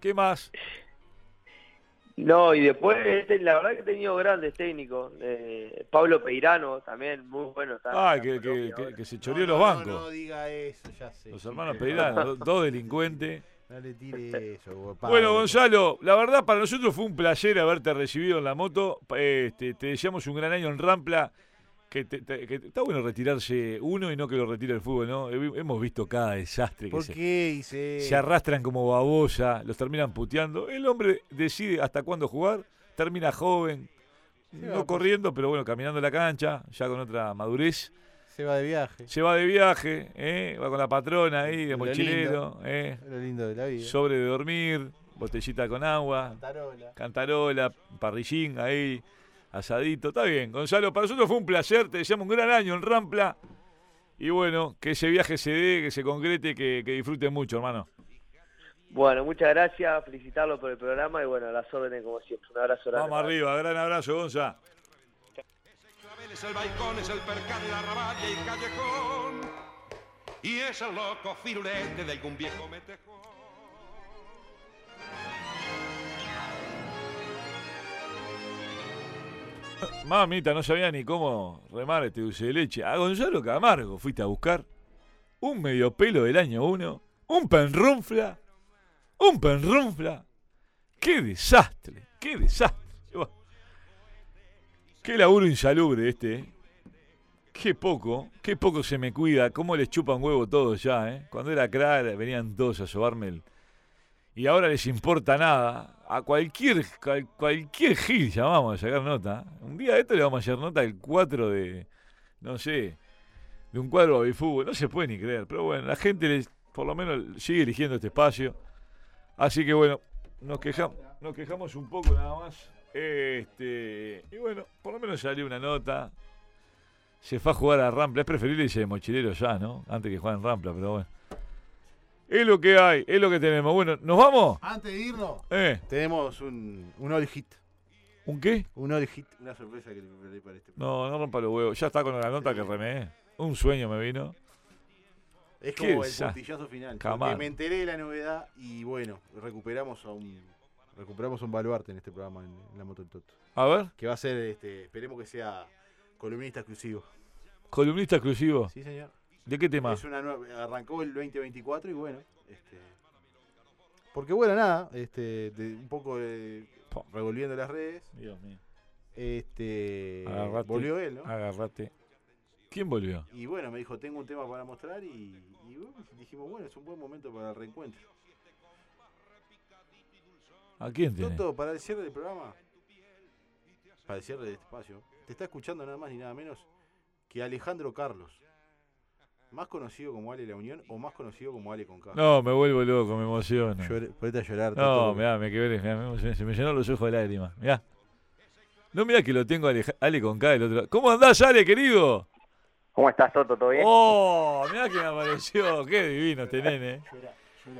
[SPEAKER 1] ¿Qué más?
[SPEAKER 3] No, y después, este, la verdad que he tenido grandes técnicos. Eh, Pablo Peirano también, muy bueno. Está,
[SPEAKER 1] Ah,
[SPEAKER 3] está
[SPEAKER 1] que,
[SPEAKER 3] en
[SPEAKER 1] que,
[SPEAKER 3] Colombia
[SPEAKER 1] que-
[SPEAKER 3] ahora.
[SPEAKER 1] que se
[SPEAKER 2] No,
[SPEAKER 1] choreó
[SPEAKER 2] no,
[SPEAKER 1] los
[SPEAKER 2] no,
[SPEAKER 1] bancos.
[SPEAKER 2] No, diga eso, ya sé.
[SPEAKER 1] Los
[SPEAKER 2] Sí,
[SPEAKER 1] hermanos
[SPEAKER 2] pero-
[SPEAKER 1] Peirano, do- dos delincuentes.
[SPEAKER 2] No le tire eso, vos, Pablo.
[SPEAKER 1] Bueno, Gonzalo, la verdad para nosotros fue un placer haberte recibido en la moto. Pa- Este, te deseamos un gran año en Rampla. Que, te- te- que te- está bueno retirarse uno y no que lo retire el fútbol, ¿no? He- Hemos visto cada desastre que
[SPEAKER 6] ¿Por
[SPEAKER 1] se,
[SPEAKER 6] qué hice?
[SPEAKER 1] se arrastran como babosa, los terminan puteando. El hombre decide hasta cuándo jugar, termina joven,
[SPEAKER 6] va,
[SPEAKER 1] no
[SPEAKER 6] pues.
[SPEAKER 1] corriendo, pero bueno, caminando la cancha, ya con otra madurez.
[SPEAKER 6] Se va de viaje.
[SPEAKER 1] Se va de viaje, ¿eh? va con la patrona ahí, de
[SPEAKER 6] Lo
[SPEAKER 1] mochilero, ¿eh?
[SPEAKER 6] Lo lindo de la vida.
[SPEAKER 1] sobre de dormir, botellita con agua,
[SPEAKER 2] Tarola.
[SPEAKER 1] cantarola, parrillín ahí, asadito. Está bien, Gonzalo, para nosotros fue un placer, te deseamos un gran año en Rampla. Y bueno, que ese viaje se dé, que se concrete, que, que disfruten mucho, hermano.
[SPEAKER 3] Bueno, muchas gracias, felicitarlo por el programa y bueno, a las órdenes como siempre. Un abrazo grande.
[SPEAKER 1] Vamos arriba, gran abrazo, Gonza.
[SPEAKER 7] claveles, el balcón, es el percal, la raballa y callejón. Y es el loco firulete de algún viejo metejón.
[SPEAKER 1] Mamita, no sabía ni cómo remar este dulce de leche. A Gonzalo Camargo fuiste a buscar un medio pelo del año 1, un penrunfla, un penrunfla. ¡Qué desastre! ¡Qué desastre! Buah. ¡Qué laburo insalubre este! eh. ¡Qué poco! ¡Qué poco se me cuida! ¿Cómo les chupan huevo todos ya, eh? Cuando era crack venían todos a sobarme el... Y ahora les importa nada. A cualquier cual- cualquier gil llamamos a sacar nota. Un día de esto le vamos a hacer nota el 4 de... No sé, de un cuadro de fútbol. No se puede ni creer, pero bueno, la gente les- por lo menos sigue eligiendo este espacio. Así que bueno, nos quejamos, nos quejamos un poco nada más. Este, y bueno, por lo menos salió una nota. Se fue a jugar a Rampla. Es preferible irse de mochilero ya, ¿no? Antes que jugar en Rampla, pero bueno. Es lo que hay, es lo que tenemos. Bueno, ¿nos vamos?
[SPEAKER 2] Antes de irnos,
[SPEAKER 1] ¿Eh?
[SPEAKER 6] Tenemos un, un all hit.
[SPEAKER 1] ¿Un qué?
[SPEAKER 6] Un all hit.
[SPEAKER 2] una sorpresa que le preparé para este.
[SPEAKER 1] No, no rompa los huevos. Ya está con la nota que remé. Un sueño me vino.
[SPEAKER 2] Es
[SPEAKER 1] Qué
[SPEAKER 2] como el
[SPEAKER 1] desastre.
[SPEAKER 2] puntillazo final.
[SPEAKER 1] Camargo.
[SPEAKER 2] Porque me enteré de la novedad y bueno, recuperamos a un recuperamos un baluarte en este programa en, en la moto del Toto.
[SPEAKER 1] A ver,
[SPEAKER 2] Que va a ser este, esperemos que sea columnista exclusivo.
[SPEAKER 1] columnista exclusivo.
[SPEAKER 2] Sí, señor.
[SPEAKER 1] ¿De qué tema?
[SPEAKER 2] Es una nueva, arrancó el 2024 y bueno, este porque bueno, nada, este de- un poco de-
[SPEAKER 1] Po.
[SPEAKER 2] revolviendo las redes,
[SPEAKER 1] Dios mío.
[SPEAKER 2] este
[SPEAKER 1] Agarrate.
[SPEAKER 2] volvió él, ¿no?
[SPEAKER 1] Agarrate. ¿Quién volvió?
[SPEAKER 2] Y bueno, me dijo, tengo un tema para mostrar y, y, bueno, dijimos, bueno, es un buen momento para el reencuentro.
[SPEAKER 1] ¿A quién tiene?
[SPEAKER 2] Toto, para el cierre del programa, para el cierre de este espacio, te está escuchando nada más ni nada menos que Alejandro Carlos, más conocido como Ale La Unión o más conocido como Ale con K.
[SPEAKER 1] No, me vuelvo loco, me emociono.
[SPEAKER 2] Lloré- ponete a llorar.
[SPEAKER 1] No,
[SPEAKER 2] Toto.
[SPEAKER 1] mirá, me quebré, mirá, me emocioné, se me llenaron los ojos de lágrimas. Mirá. No mirá que lo tengo a Aleja- Ale con K del otro lado. ¿Cómo andás, Ale, querido?
[SPEAKER 3] ¿Cómo estás, Toto? ¿Todo bien?
[SPEAKER 1] Oh, mirá que me apareció. Qué divino este nene.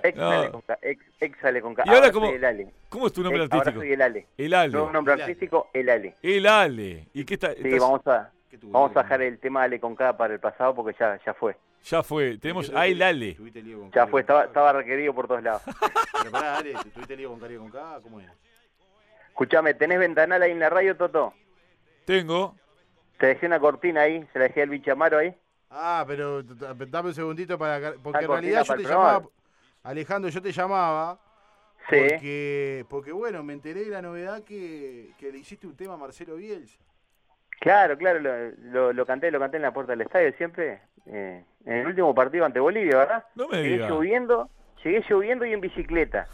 [SPEAKER 3] ex
[SPEAKER 1] no.
[SPEAKER 3] Ale con K, ex, ex Ale con K.
[SPEAKER 1] Y ahora
[SPEAKER 3] soy
[SPEAKER 1] como-
[SPEAKER 3] el Ale.
[SPEAKER 1] ¿Cómo es tu nombre
[SPEAKER 3] Ex- ahora
[SPEAKER 1] artístico?
[SPEAKER 3] soy el Ale.
[SPEAKER 1] El Ale.
[SPEAKER 3] No un nombre
[SPEAKER 2] El Ale.
[SPEAKER 3] artístico, el Ale.
[SPEAKER 1] El Ale. ¿Y qué está?
[SPEAKER 3] Sí,
[SPEAKER 1] estás-
[SPEAKER 3] vamos a
[SPEAKER 2] ¿Qué tuvo,
[SPEAKER 3] vamos a
[SPEAKER 2] Leo?
[SPEAKER 3] dejar el tema Ale con K para el pasado porque ya ya fue.
[SPEAKER 1] Ya fue. Tenemos
[SPEAKER 2] ¿Tuviste-
[SPEAKER 1] a El Ale.
[SPEAKER 2] tuviste lío con
[SPEAKER 3] Ya
[SPEAKER 2] Cario
[SPEAKER 3] fue,
[SPEAKER 2] con K?
[SPEAKER 3] estaba, estaba requerido por
[SPEAKER 1] (laughs)
[SPEAKER 3] todos lados.
[SPEAKER 2] Pero pará, Ale, ¿tu- ¿tuviste lío con Cario con K? ¿Cómo era?
[SPEAKER 3] Escuchame, ¿tenés ventanal ahí en la radio, Toto?
[SPEAKER 1] Tengo.
[SPEAKER 3] Te dejé una cortina ahí, se la dejé al bichamaro ahí.
[SPEAKER 4] Ah, pero t- t- dame un segundito para. que- Porque en
[SPEAKER 3] cortina
[SPEAKER 4] realidad yo
[SPEAKER 3] para
[SPEAKER 4] te
[SPEAKER 3] el programa.
[SPEAKER 4] llamaba. Alejandro, yo te llamaba.
[SPEAKER 3] Sí.
[SPEAKER 4] Porque, porque bueno, me enteré de la novedad que, que le hiciste un tema a Marcelo Bielsa.
[SPEAKER 3] Claro, claro, lo, lo- lo canté, lo canté en la puerta del estadio siempre. eh, en el último partido ante Bolivia, ¿verdad?
[SPEAKER 1] No me
[SPEAKER 3] llegué
[SPEAKER 1] diga.
[SPEAKER 3] lloviendo, llegué lloviendo y
[SPEAKER 1] (laughs)
[SPEAKER 3] en bicicleta.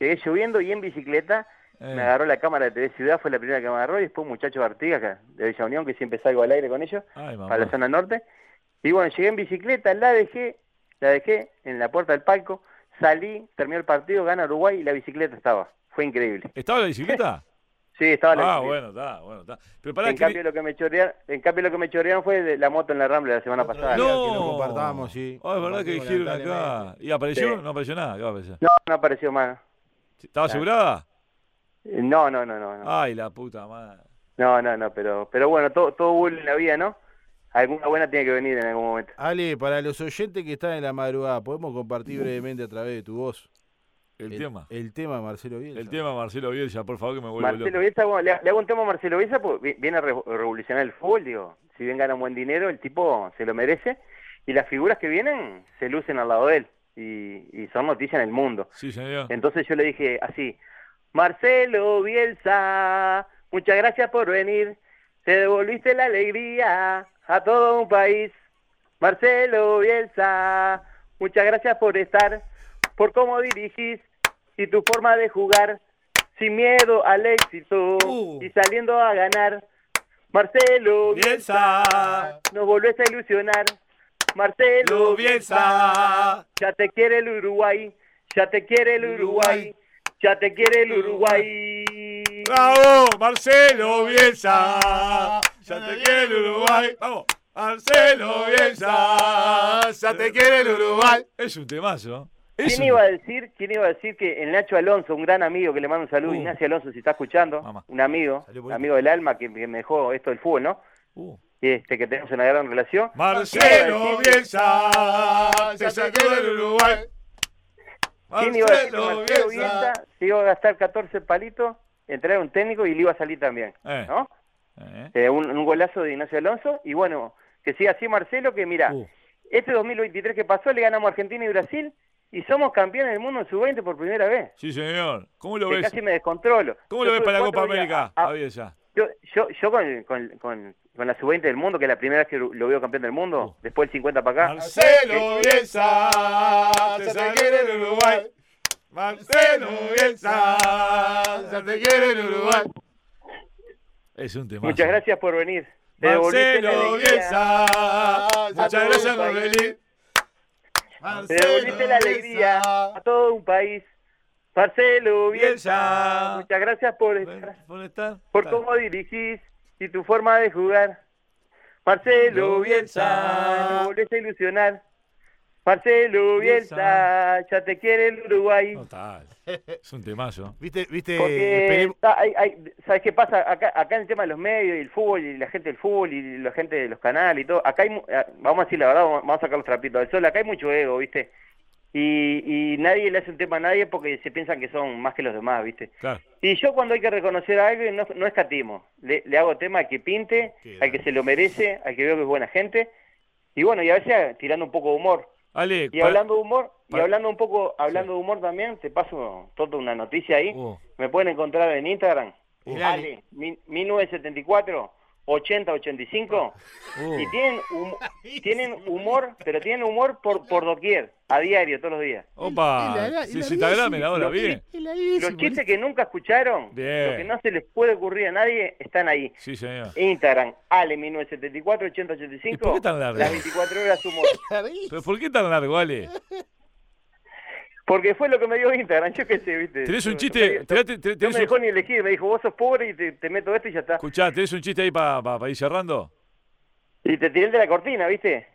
[SPEAKER 3] llegué lloviendo y en bicicleta.
[SPEAKER 1] Eh.
[SPEAKER 3] Me agarró la cámara de TV Ciudad, fue la primera que me agarró, y después un muchacho de Artigas, acá, de Villa Unión, que siempre salgo al aire con ellos,
[SPEAKER 1] Ay, Ah, mamá.
[SPEAKER 3] para la zona norte. Y bueno, llegué en bicicleta, la dejé, la dejé en la puerta del palco, salí, terminó el partido, gana Uruguay y la bicicleta estaba. Fue increíble.
[SPEAKER 1] ¿Estaba la
[SPEAKER 3] (laughs)
[SPEAKER 1] bicicleta?
[SPEAKER 3] Sí, estaba la
[SPEAKER 1] ah,
[SPEAKER 3] bicicleta.
[SPEAKER 1] bueno, está, bueno, está. Pero pará,
[SPEAKER 3] en
[SPEAKER 1] que-
[SPEAKER 3] cambio lo que me chorearon, en cambio lo que me chorearon fue de la moto en la Rambla la semana pasada.
[SPEAKER 1] no.
[SPEAKER 4] Que lo compartamos, sí.
[SPEAKER 1] Ah, es verdad que
[SPEAKER 4] Compartimos,
[SPEAKER 1] dijeron acá. ¿Y apareció?
[SPEAKER 3] Sí.
[SPEAKER 1] No apareció nada. ¿Qué va a aparecer?
[SPEAKER 3] No, no apareció más. Eh,
[SPEAKER 1] ¿Estaba asegurada?
[SPEAKER 3] No, no, no, no, no.
[SPEAKER 1] Ay, la puta madre.
[SPEAKER 3] No, no, no, pero pero bueno, todo todo vuelve en la vida, ¿no? Alguna buena tiene que venir en algún momento.
[SPEAKER 4] Ale, para los oyentes que están en la madrugada, ¿podemos compartir brevemente a través de tu voz
[SPEAKER 1] El, tema.
[SPEAKER 4] El tema de Marcelo Bielsa.
[SPEAKER 1] El tema Marcelo Bielsa, por favor, que me vuelva
[SPEAKER 3] Marcelo
[SPEAKER 1] loco.
[SPEAKER 3] Bielsa, bueno, le, le hago un tema a Marcelo Bielsa porque vi- viene a re- revolucionar el fútbol, digo. Si bien gana un buen dinero, el tipo se lo merece y las figuras que vienen se lucen al lado de él y, y son noticias en el mundo.
[SPEAKER 1] Sí, señor.
[SPEAKER 3] Entonces yo le dije así, Marcelo Bielsa, muchas gracias por venir, te devolviste la alegría a todo un país. Marcelo Bielsa, muchas gracias por estar, por cómo dirigís y tu forma de jugar, sin miedo al éxito
[SPEAKER 1] Uh.
[SPEAKER 3] y saliendo a ganar. Marcelo
[SPEAKER 1] Bielsa.
[SPEAKER 3] Bielsa, nos volvés a ilusionar. Marcelo Bielsa, ya te quiere el Uruguay, ya te quiere el Uruguay, ya te quiere el Uruguay.
[SPEAKER 1] ¡Bravo! ¡Marcelo Bielsa! ¡Ya te quiere el Uruguay! ¡Vamos! ¡Marcelo Bielsa! ¡Ya te quiere el Uruguay! Es un temazo. Es
[SPEAKER 3] ¿Quién
[SPEAKER 1] un-
[SPEAKER 3] iba a decir, quién iba a decir que el Nacho Alonso, un gran amigo que le mando un saludo,
[SPEAKER 1] Uh.
[SPEAKER 3] Ignacio Alonso, si está escuchando,
[SPEAKER 1] Mamá.
[SPEAKER 3] un amigo,
[SPEAKER 4] Salió
[SPEAKER 3] un
[SPEAKER 4] bonito.
[SPEAKER 3] amigo del alma que, que me dejó esto del fútbol, ¿no?
[SPEAKER 1] Uh.
[SPEAKER 3] Este, que tenemos una gran relación.
[SPEAKER 1] ¡Marcelo Bielsa! ¡Ya te quiere el Uruguay!
[SPEAKER 3] ¿Quién iba a decir que
[SPEAKER 1] ¡Marcelo
[SPEAKER 3] Marcelo Bielsa
[SPEAKER 1] Bielsa!
[SPEAKER 3] se iba a gastar 14 palitos en traer un técnico y le iba a salir también,
[SPEAKER 1] Eh.
[SPEAKER 3] ¿no?
[SPEAKER 1] Eh,
[SPEAKER 3] Eh, un, un golazo de Ignacio Alonso y bueno, que siga así Marcelo, que mira,
[SPEAKER 1] Uh.
[SPEAKER 3] este 2023 que pasó le ganamos a Argentina y Brasil y somos campeones del mundo en sub-20 por primera vez.
[SPEAKER 1] Sí, señor. ¿Cómo lo
[SPEAKER 3] Que
[SPEAKER 1] ves?
[SPEAKER 3] casi me descontrolo.
[SPEAKER 1] ¿Cómo lo
[SPEAKER 3] Yo
[SPEAKER 1] ves
[SPEAKER 3] tuve
[SPEAKER 1] para la
[SPEAKER 3] cuatro
[SPEAKER 1] Copa
[SPEAKER 3] días-
[SPEAKER 1] América,
[SPEAKER 3] a-
[SPEAKER 1] a Bielsa?
[SPEAKER 3] yo, yo, yo con, con, con- con la sub-20 del mundo, que es la primera vez que lo lo veo campeón del mundo, después del 50 para acá.
[SPEAKER 1] Marcelo Bielsa, ya te quiere el Uruguay. Marcelo Bielsa, ya te quiere el Uruguay. Es un tema.
[SPEAKER 3] Muchas gracias por venir. Te devolviste la
[SPEAKER 1] Marcelo
[SPEAKER 3] alegría.
[SPEAKER 1] Bielsa, muchas
[SPEAKER 4] te
[SPEAKER 1] gracias
[SPEAKER 4] voy,
[SPEAKER 1] por
[SPEAKER 4] país.
[SPEAKER 1] venir.
[SPEAKER 3] Te devolviste la alegría a todo un país. Marcelo
[SPEAKER 1] Bielsa.
[SPEAKER 3] Bielsa, muchas gracias por estar.
[SPEAKER 1] Ven, ¿Por estar?
[SPEAKER 3] por cómo dirigís y tu forma de jugar. Marcelo Bielsa, no volvés a ilusionar. Marcelo Bielsa, ya te quiere el Uruguay.
[SPEAKER 1] No, tal. Es un temazo.
[SPEAKER 4] ¿Viste? ¿Viste?
[SPEAKER 3] Porque
[SPEAKER 4] Esperemos-
[SPEAKER 3] está- hay- hay- ¿sabes qué pasa? Acá, acá en el tema de los medios y el fútbol y la gente del fútbol y la gente de los canales y todo, acá hay, mu- eh, vamos a decir la verdad, vamos vamos a sacar los trapitos del sol, acá hay mucho ego, ¿viste? Y, y nadie le hace un tema a nadie porque se piensan que son más que los demás, ¿viste?
[SPEAKER 1] Claro.
[SPEAKER 3] Y yo cuando hay que reconocer a alguien no, no escatimo. Le, le hago tema al que pinte,
[SPEAKER 4] Qué
[SPEAKER 3] al que se lo merece, al que veo que es buena gente. Y bueno, y a veces ah, tirando un poco de humor.
[SPEAKER 1] Ale,
[SPEAKER 3] Y
[SPEAKER 1] pa-
[SPEAKER 3] hablando de humor, y
[SPEAKER 1] para-
[SPEAKER 3] hablando un poco, hablando de humor también, te paso toda una noticia ahí.
[SPEAKER 1] Oh.
[SPEAKER 3] Me pueden encontrar en Instagram.
[SPEAKER 1] Uh.
[SPEAKER 4] El Ale.
[SPEAKER 3] Ale, mi- 1974, 80, 85.
[SPEAKER 1] Oh.
[SPEAKER 3] Y tienen, hum-
[SPEAKER 1] (laughs)
[SPEAKER 3] tienen humor, pero tienen humor por, por doquier, a diario, todos los días.
[SPEAKER 1] Opa, se Instagramen ahora, bien.
[SPEAKER 3] Los chistes que nunca escucharon,
[SPEAKER 1] Bien.
[SPEAKER 3] lo que no se les puede ocurrir a nadie, están ahí.
[SPEAKER 1] Sí, señor.
[SPEAKER 3] Instagram, Ale 1974 8085.
[SPEAKER 1] ¿Y por qué tan largo?
[SPEAKER 3] Las 24 horas humor.
[SPEAKER 1] ¿Pero por qué tan largo, Ale?
[SPEAKER 3] Porque fue lo que me dio Instagram, yo qué sé, viste.
[SPEAKER 1] ¿Tenés un
[SPEAKER 3] No-
[SPEAKER 1] chiste?
[SPEAKER 3] no me-
[SPEAKER 1] tirate- te-
[SPEAKER 3] No
[SPEAKER 1] tenés
[SPEAKER 3] me
[SPEAKER 1] un-
[SPEAKER 3] dejó ni elegir, me dijo, vos sos pobre y te, te meto esto y ya está.
[SPEAKER 1] Escuchá, ¿tenés un chiste ahí para ir cerrando?
[SPEAKER 3] Y te tiré el de la cortina, ¿viste?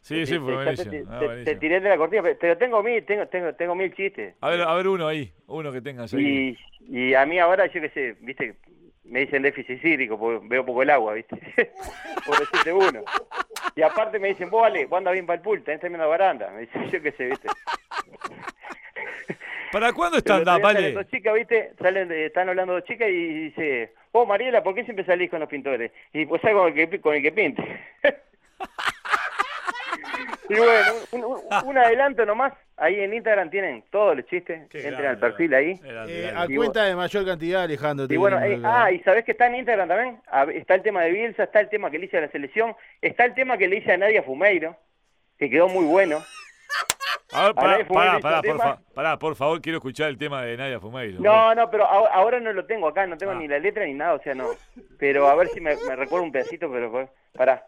[SPEAKER 1] Sí, sí, fue
[SPEAKER 3] Te- te-
[SPEAKER 1] buenísimo.
[SPEAKER 3] te-
[SPEAKER 1] Ah,
[SPEAKER 3] te- Te
[SPEAKER 1] buenísimo.
[SPEAKER 3] tiré el de la cortina, pero- pero tengo mil, tengo, tengo, tengo mil chistes.
[SPEAKER 1] A ver, a ver uno ahí, uno que tengas ahí.
[SPEAKER 3] Y, y a mí ahora, yo qué sé, viste, me dicen déficit hídrico, porque veo poco el agua, viste, (laughs) por decirte uno. Y aparte me dicen, vos Ale, vos andás bien para el pool, tenés tremenda baranda, me dicen, yo qué sé, viste.
[SPEAKER 1] ¿Para cuándo están
[SPEAKER 3] Pero el otro
[SPEAKER 1] up,
[SPEAKER 3] día salen
[SPEAKER 1] vale?
[SPEAKER 3] dos chicas, viste, salen, de- están hablando dos chicas y dice, vos Mariela, ¿por qué siempre salís con los pintores? Y pues salgo con el que, pi- con el que pinte. (laughs) Y bueno, un, un- un adelanto nomás. Ahí en Instagram tienen todos los chistes.
[SPEAKER 1] Qué
[SPEAKER 3] Entren
[SPEAKER 1] grande,
[SPEAKER 3] al perfil ahí.
[SPEAKER 1] Grande,
[SPEAKER 2] Eh, a
[SPEAKER 1] grande.
[SPEAKER 3] Y
[SPEAKER 2] cuenta de mayor cantidad, Alejandro. te
[SPEAKER 3] Y bueno,
[SPEAKER 2] viene
[SPEAKER 3] eh,
[SPEAKER 2] acá.
[SPEAKER 3] ah, y sabés que está en Instagram también. A ver, Está el tema de Bielsa, está el tema que le hice a la selección, está el tema que le hice a Nadia Fumeiro, que quedó muy bueno.
[SPEAKER 1] A ver, pará,
[SPEAKER 3] Nadia
[SPEAKER 1] pará,
[SPEAKER 3] Fumeiro
[SPEAKER 1] pará, por,
[SPEAKER 3] hizo tema.
[SPEAKER 1] fa- pará, por favor, quiero escuchar el tema de Nadia Fumeiro.
[SPEAKER 3] No, no, pero ahora, ahora no lo tengo acá, no tengo
[SPEAKER 1] Ah.
[SPEAKER 3] ni la letra ni nada, o sea, no. Pero a ver si me, me recuerdo un pedacito, pero pues, pará.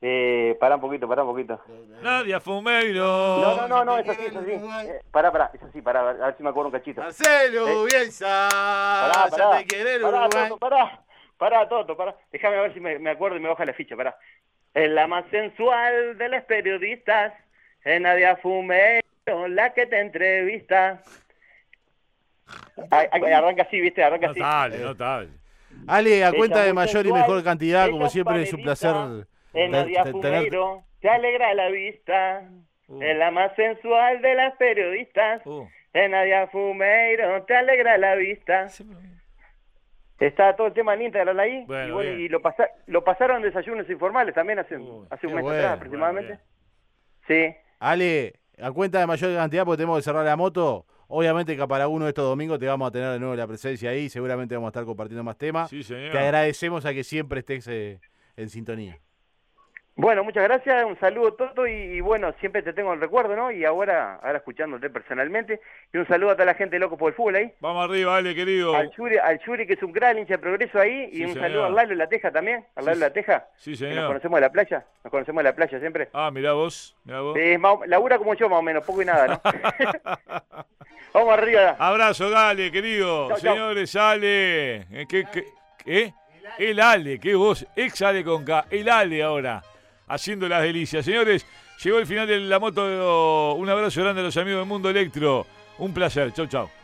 [SPEAKER 3] Eh, pará un poquito, pará un poquito.
[SPEAKER 1] Nadia Fumeiro.
[SPEAKER 3] No, no, no, no, eso sí, eso sí. Eh, pará, pará, eso sí, pará, a ver si me acuerdo un cachito.
[SPEAKER 8] Marcelo
[SPEAKER 3] Eh.
[SPEAKER 8] Bielsa,
[SPEAKER 2] Ah,
[SPEAKER 3] Pará, pará.
[SPEAKER 8] ya te quiere el
[SPEAKER 3] Pará,
[SPEAKER 8] Uruguay.
[SPEAKER 3] Toto, pará. Pará, Toto, pará. Déjame ver si me, me acuerdo y me baja la ficha, pará. Es la más sensual de las periodistas, es Nadia Fumero, la que te entrevista.
[SPEAKER 2] Ah,
[SPEAKER 3] Ay, ay, arranca así, viste, arranca
[SPEAKER 1] No
[SPEAKER 3] así.
[SPEAKER 1] sale, no sale.
[SPEAKER 2] Ale, a ah, cuenta
[SPEAKER 3] Ella
[SPEAKER 2] de
[SPEAKER 3] muy
[SPEAKER 2] mayor y
[SPEAKER 3] sensual,
[SPEAKER 2] mejor cantidad,
[SPEAKER 3] ella
[SPEAKER 2] como siempre, es un
[SPEAKER 3] panelista,
[SPEAKER 2] placer
[SPEAKER 3] Es
[SPEAKER 2] ten-
[SPEAKER 3] Nadia
[SPEAKER 2] ten- tenerte.
[SPEAKER 3] Fumero, te alegra la vista.
[SPEAKER 1] Uh,
[SPEAKER 3] Es la más sensual de las periodistas.
[SPEAKER 1] uh,
[SPEAKER 3] Es Nadia Fumeiro, te alegra la vista.
[SPEAKER 1] siempre-
[SPEAKER 3] Está todo el tema en Instagram ahí.
[SPEAKER 1] Bueno,
[SPEAKER 3] y bueno,
[SPEAKER 1] bien.
[SPEAKER 3] y lo, pasa- lo pasaron desayunos informales también hace,
[SPEAKER 1] Uy,
[SPEAKER 3] hace un
[SPEAKER 2] qué
[SPEAKER 3] mes
[SPEAKER 2] bueno,
[SPEAKER 3] atrás aproximadamente. sí.
[SPEAKER 2] Ale, a cuenta de mayor cantidad, porque tenemos que cerrar la moto. Obviamente que para uno de estos domingos te vamos a tener de nuevo la presencia ahí. Seguramente vamos a estar compartiendo más temas.
[SPEAKER 1] Sí, señor.
[SPEAKER 2] Te agradecemos a que siempre estés eh, en sintonía.
[SPEAKER 3] Bueno, muchas gracias. Un saludo, Toto. Y, y bueno, siempre te tengo el recuerdo, ¿no? Y ahora, ahora escuchándote personalmente. Y un saludo a toda la gente de loco por el fútbol ahí.
[SPEAKER 1] Vamos arriba, Ale, querido.
[SPEAKER 3] Al Churi, al Churi, que es un gran hincha de progreso ahí. Y
[SPEAKER 1] Sí,
[SPEAKER 3] un
[SPEAKER 1] señor.
[SPEAKER 3] saludo al Lalo de la Teja también. Al Lalo de la Teja.
[SPEAKER 1] Sí,
[SPEAKER 3] que nos
[SPEAKER 1] señor.
[SPEAKER 3] conocemos de la playa. Nos conocemos de la playa siempre.
[SPEAKER 1] Ah, mirá vos, mirá vos.
[SPEAKER 3] Eh, más o- labura como yo, más o menos. Poco y nada,
[SPEAKER 1] (laughs)
[SPEAKER 3] ¿no? (laughs) Vamos arriba.
[SPEAKER 1] Abrazo, dale, querido.
[SPEAKER 3] Chau, chau.
[SPEAKER 1] Señores, Ale. Eh, ¿Qué, qué- qué? eh, El Ale, qué voz. Ex Ale con K. El Ale ahora. Haciendo las delicias. Señores, llegó el final de la moto. Un abrazo grande a los amigos del Mundo Electro. Un placer. Chau, chau.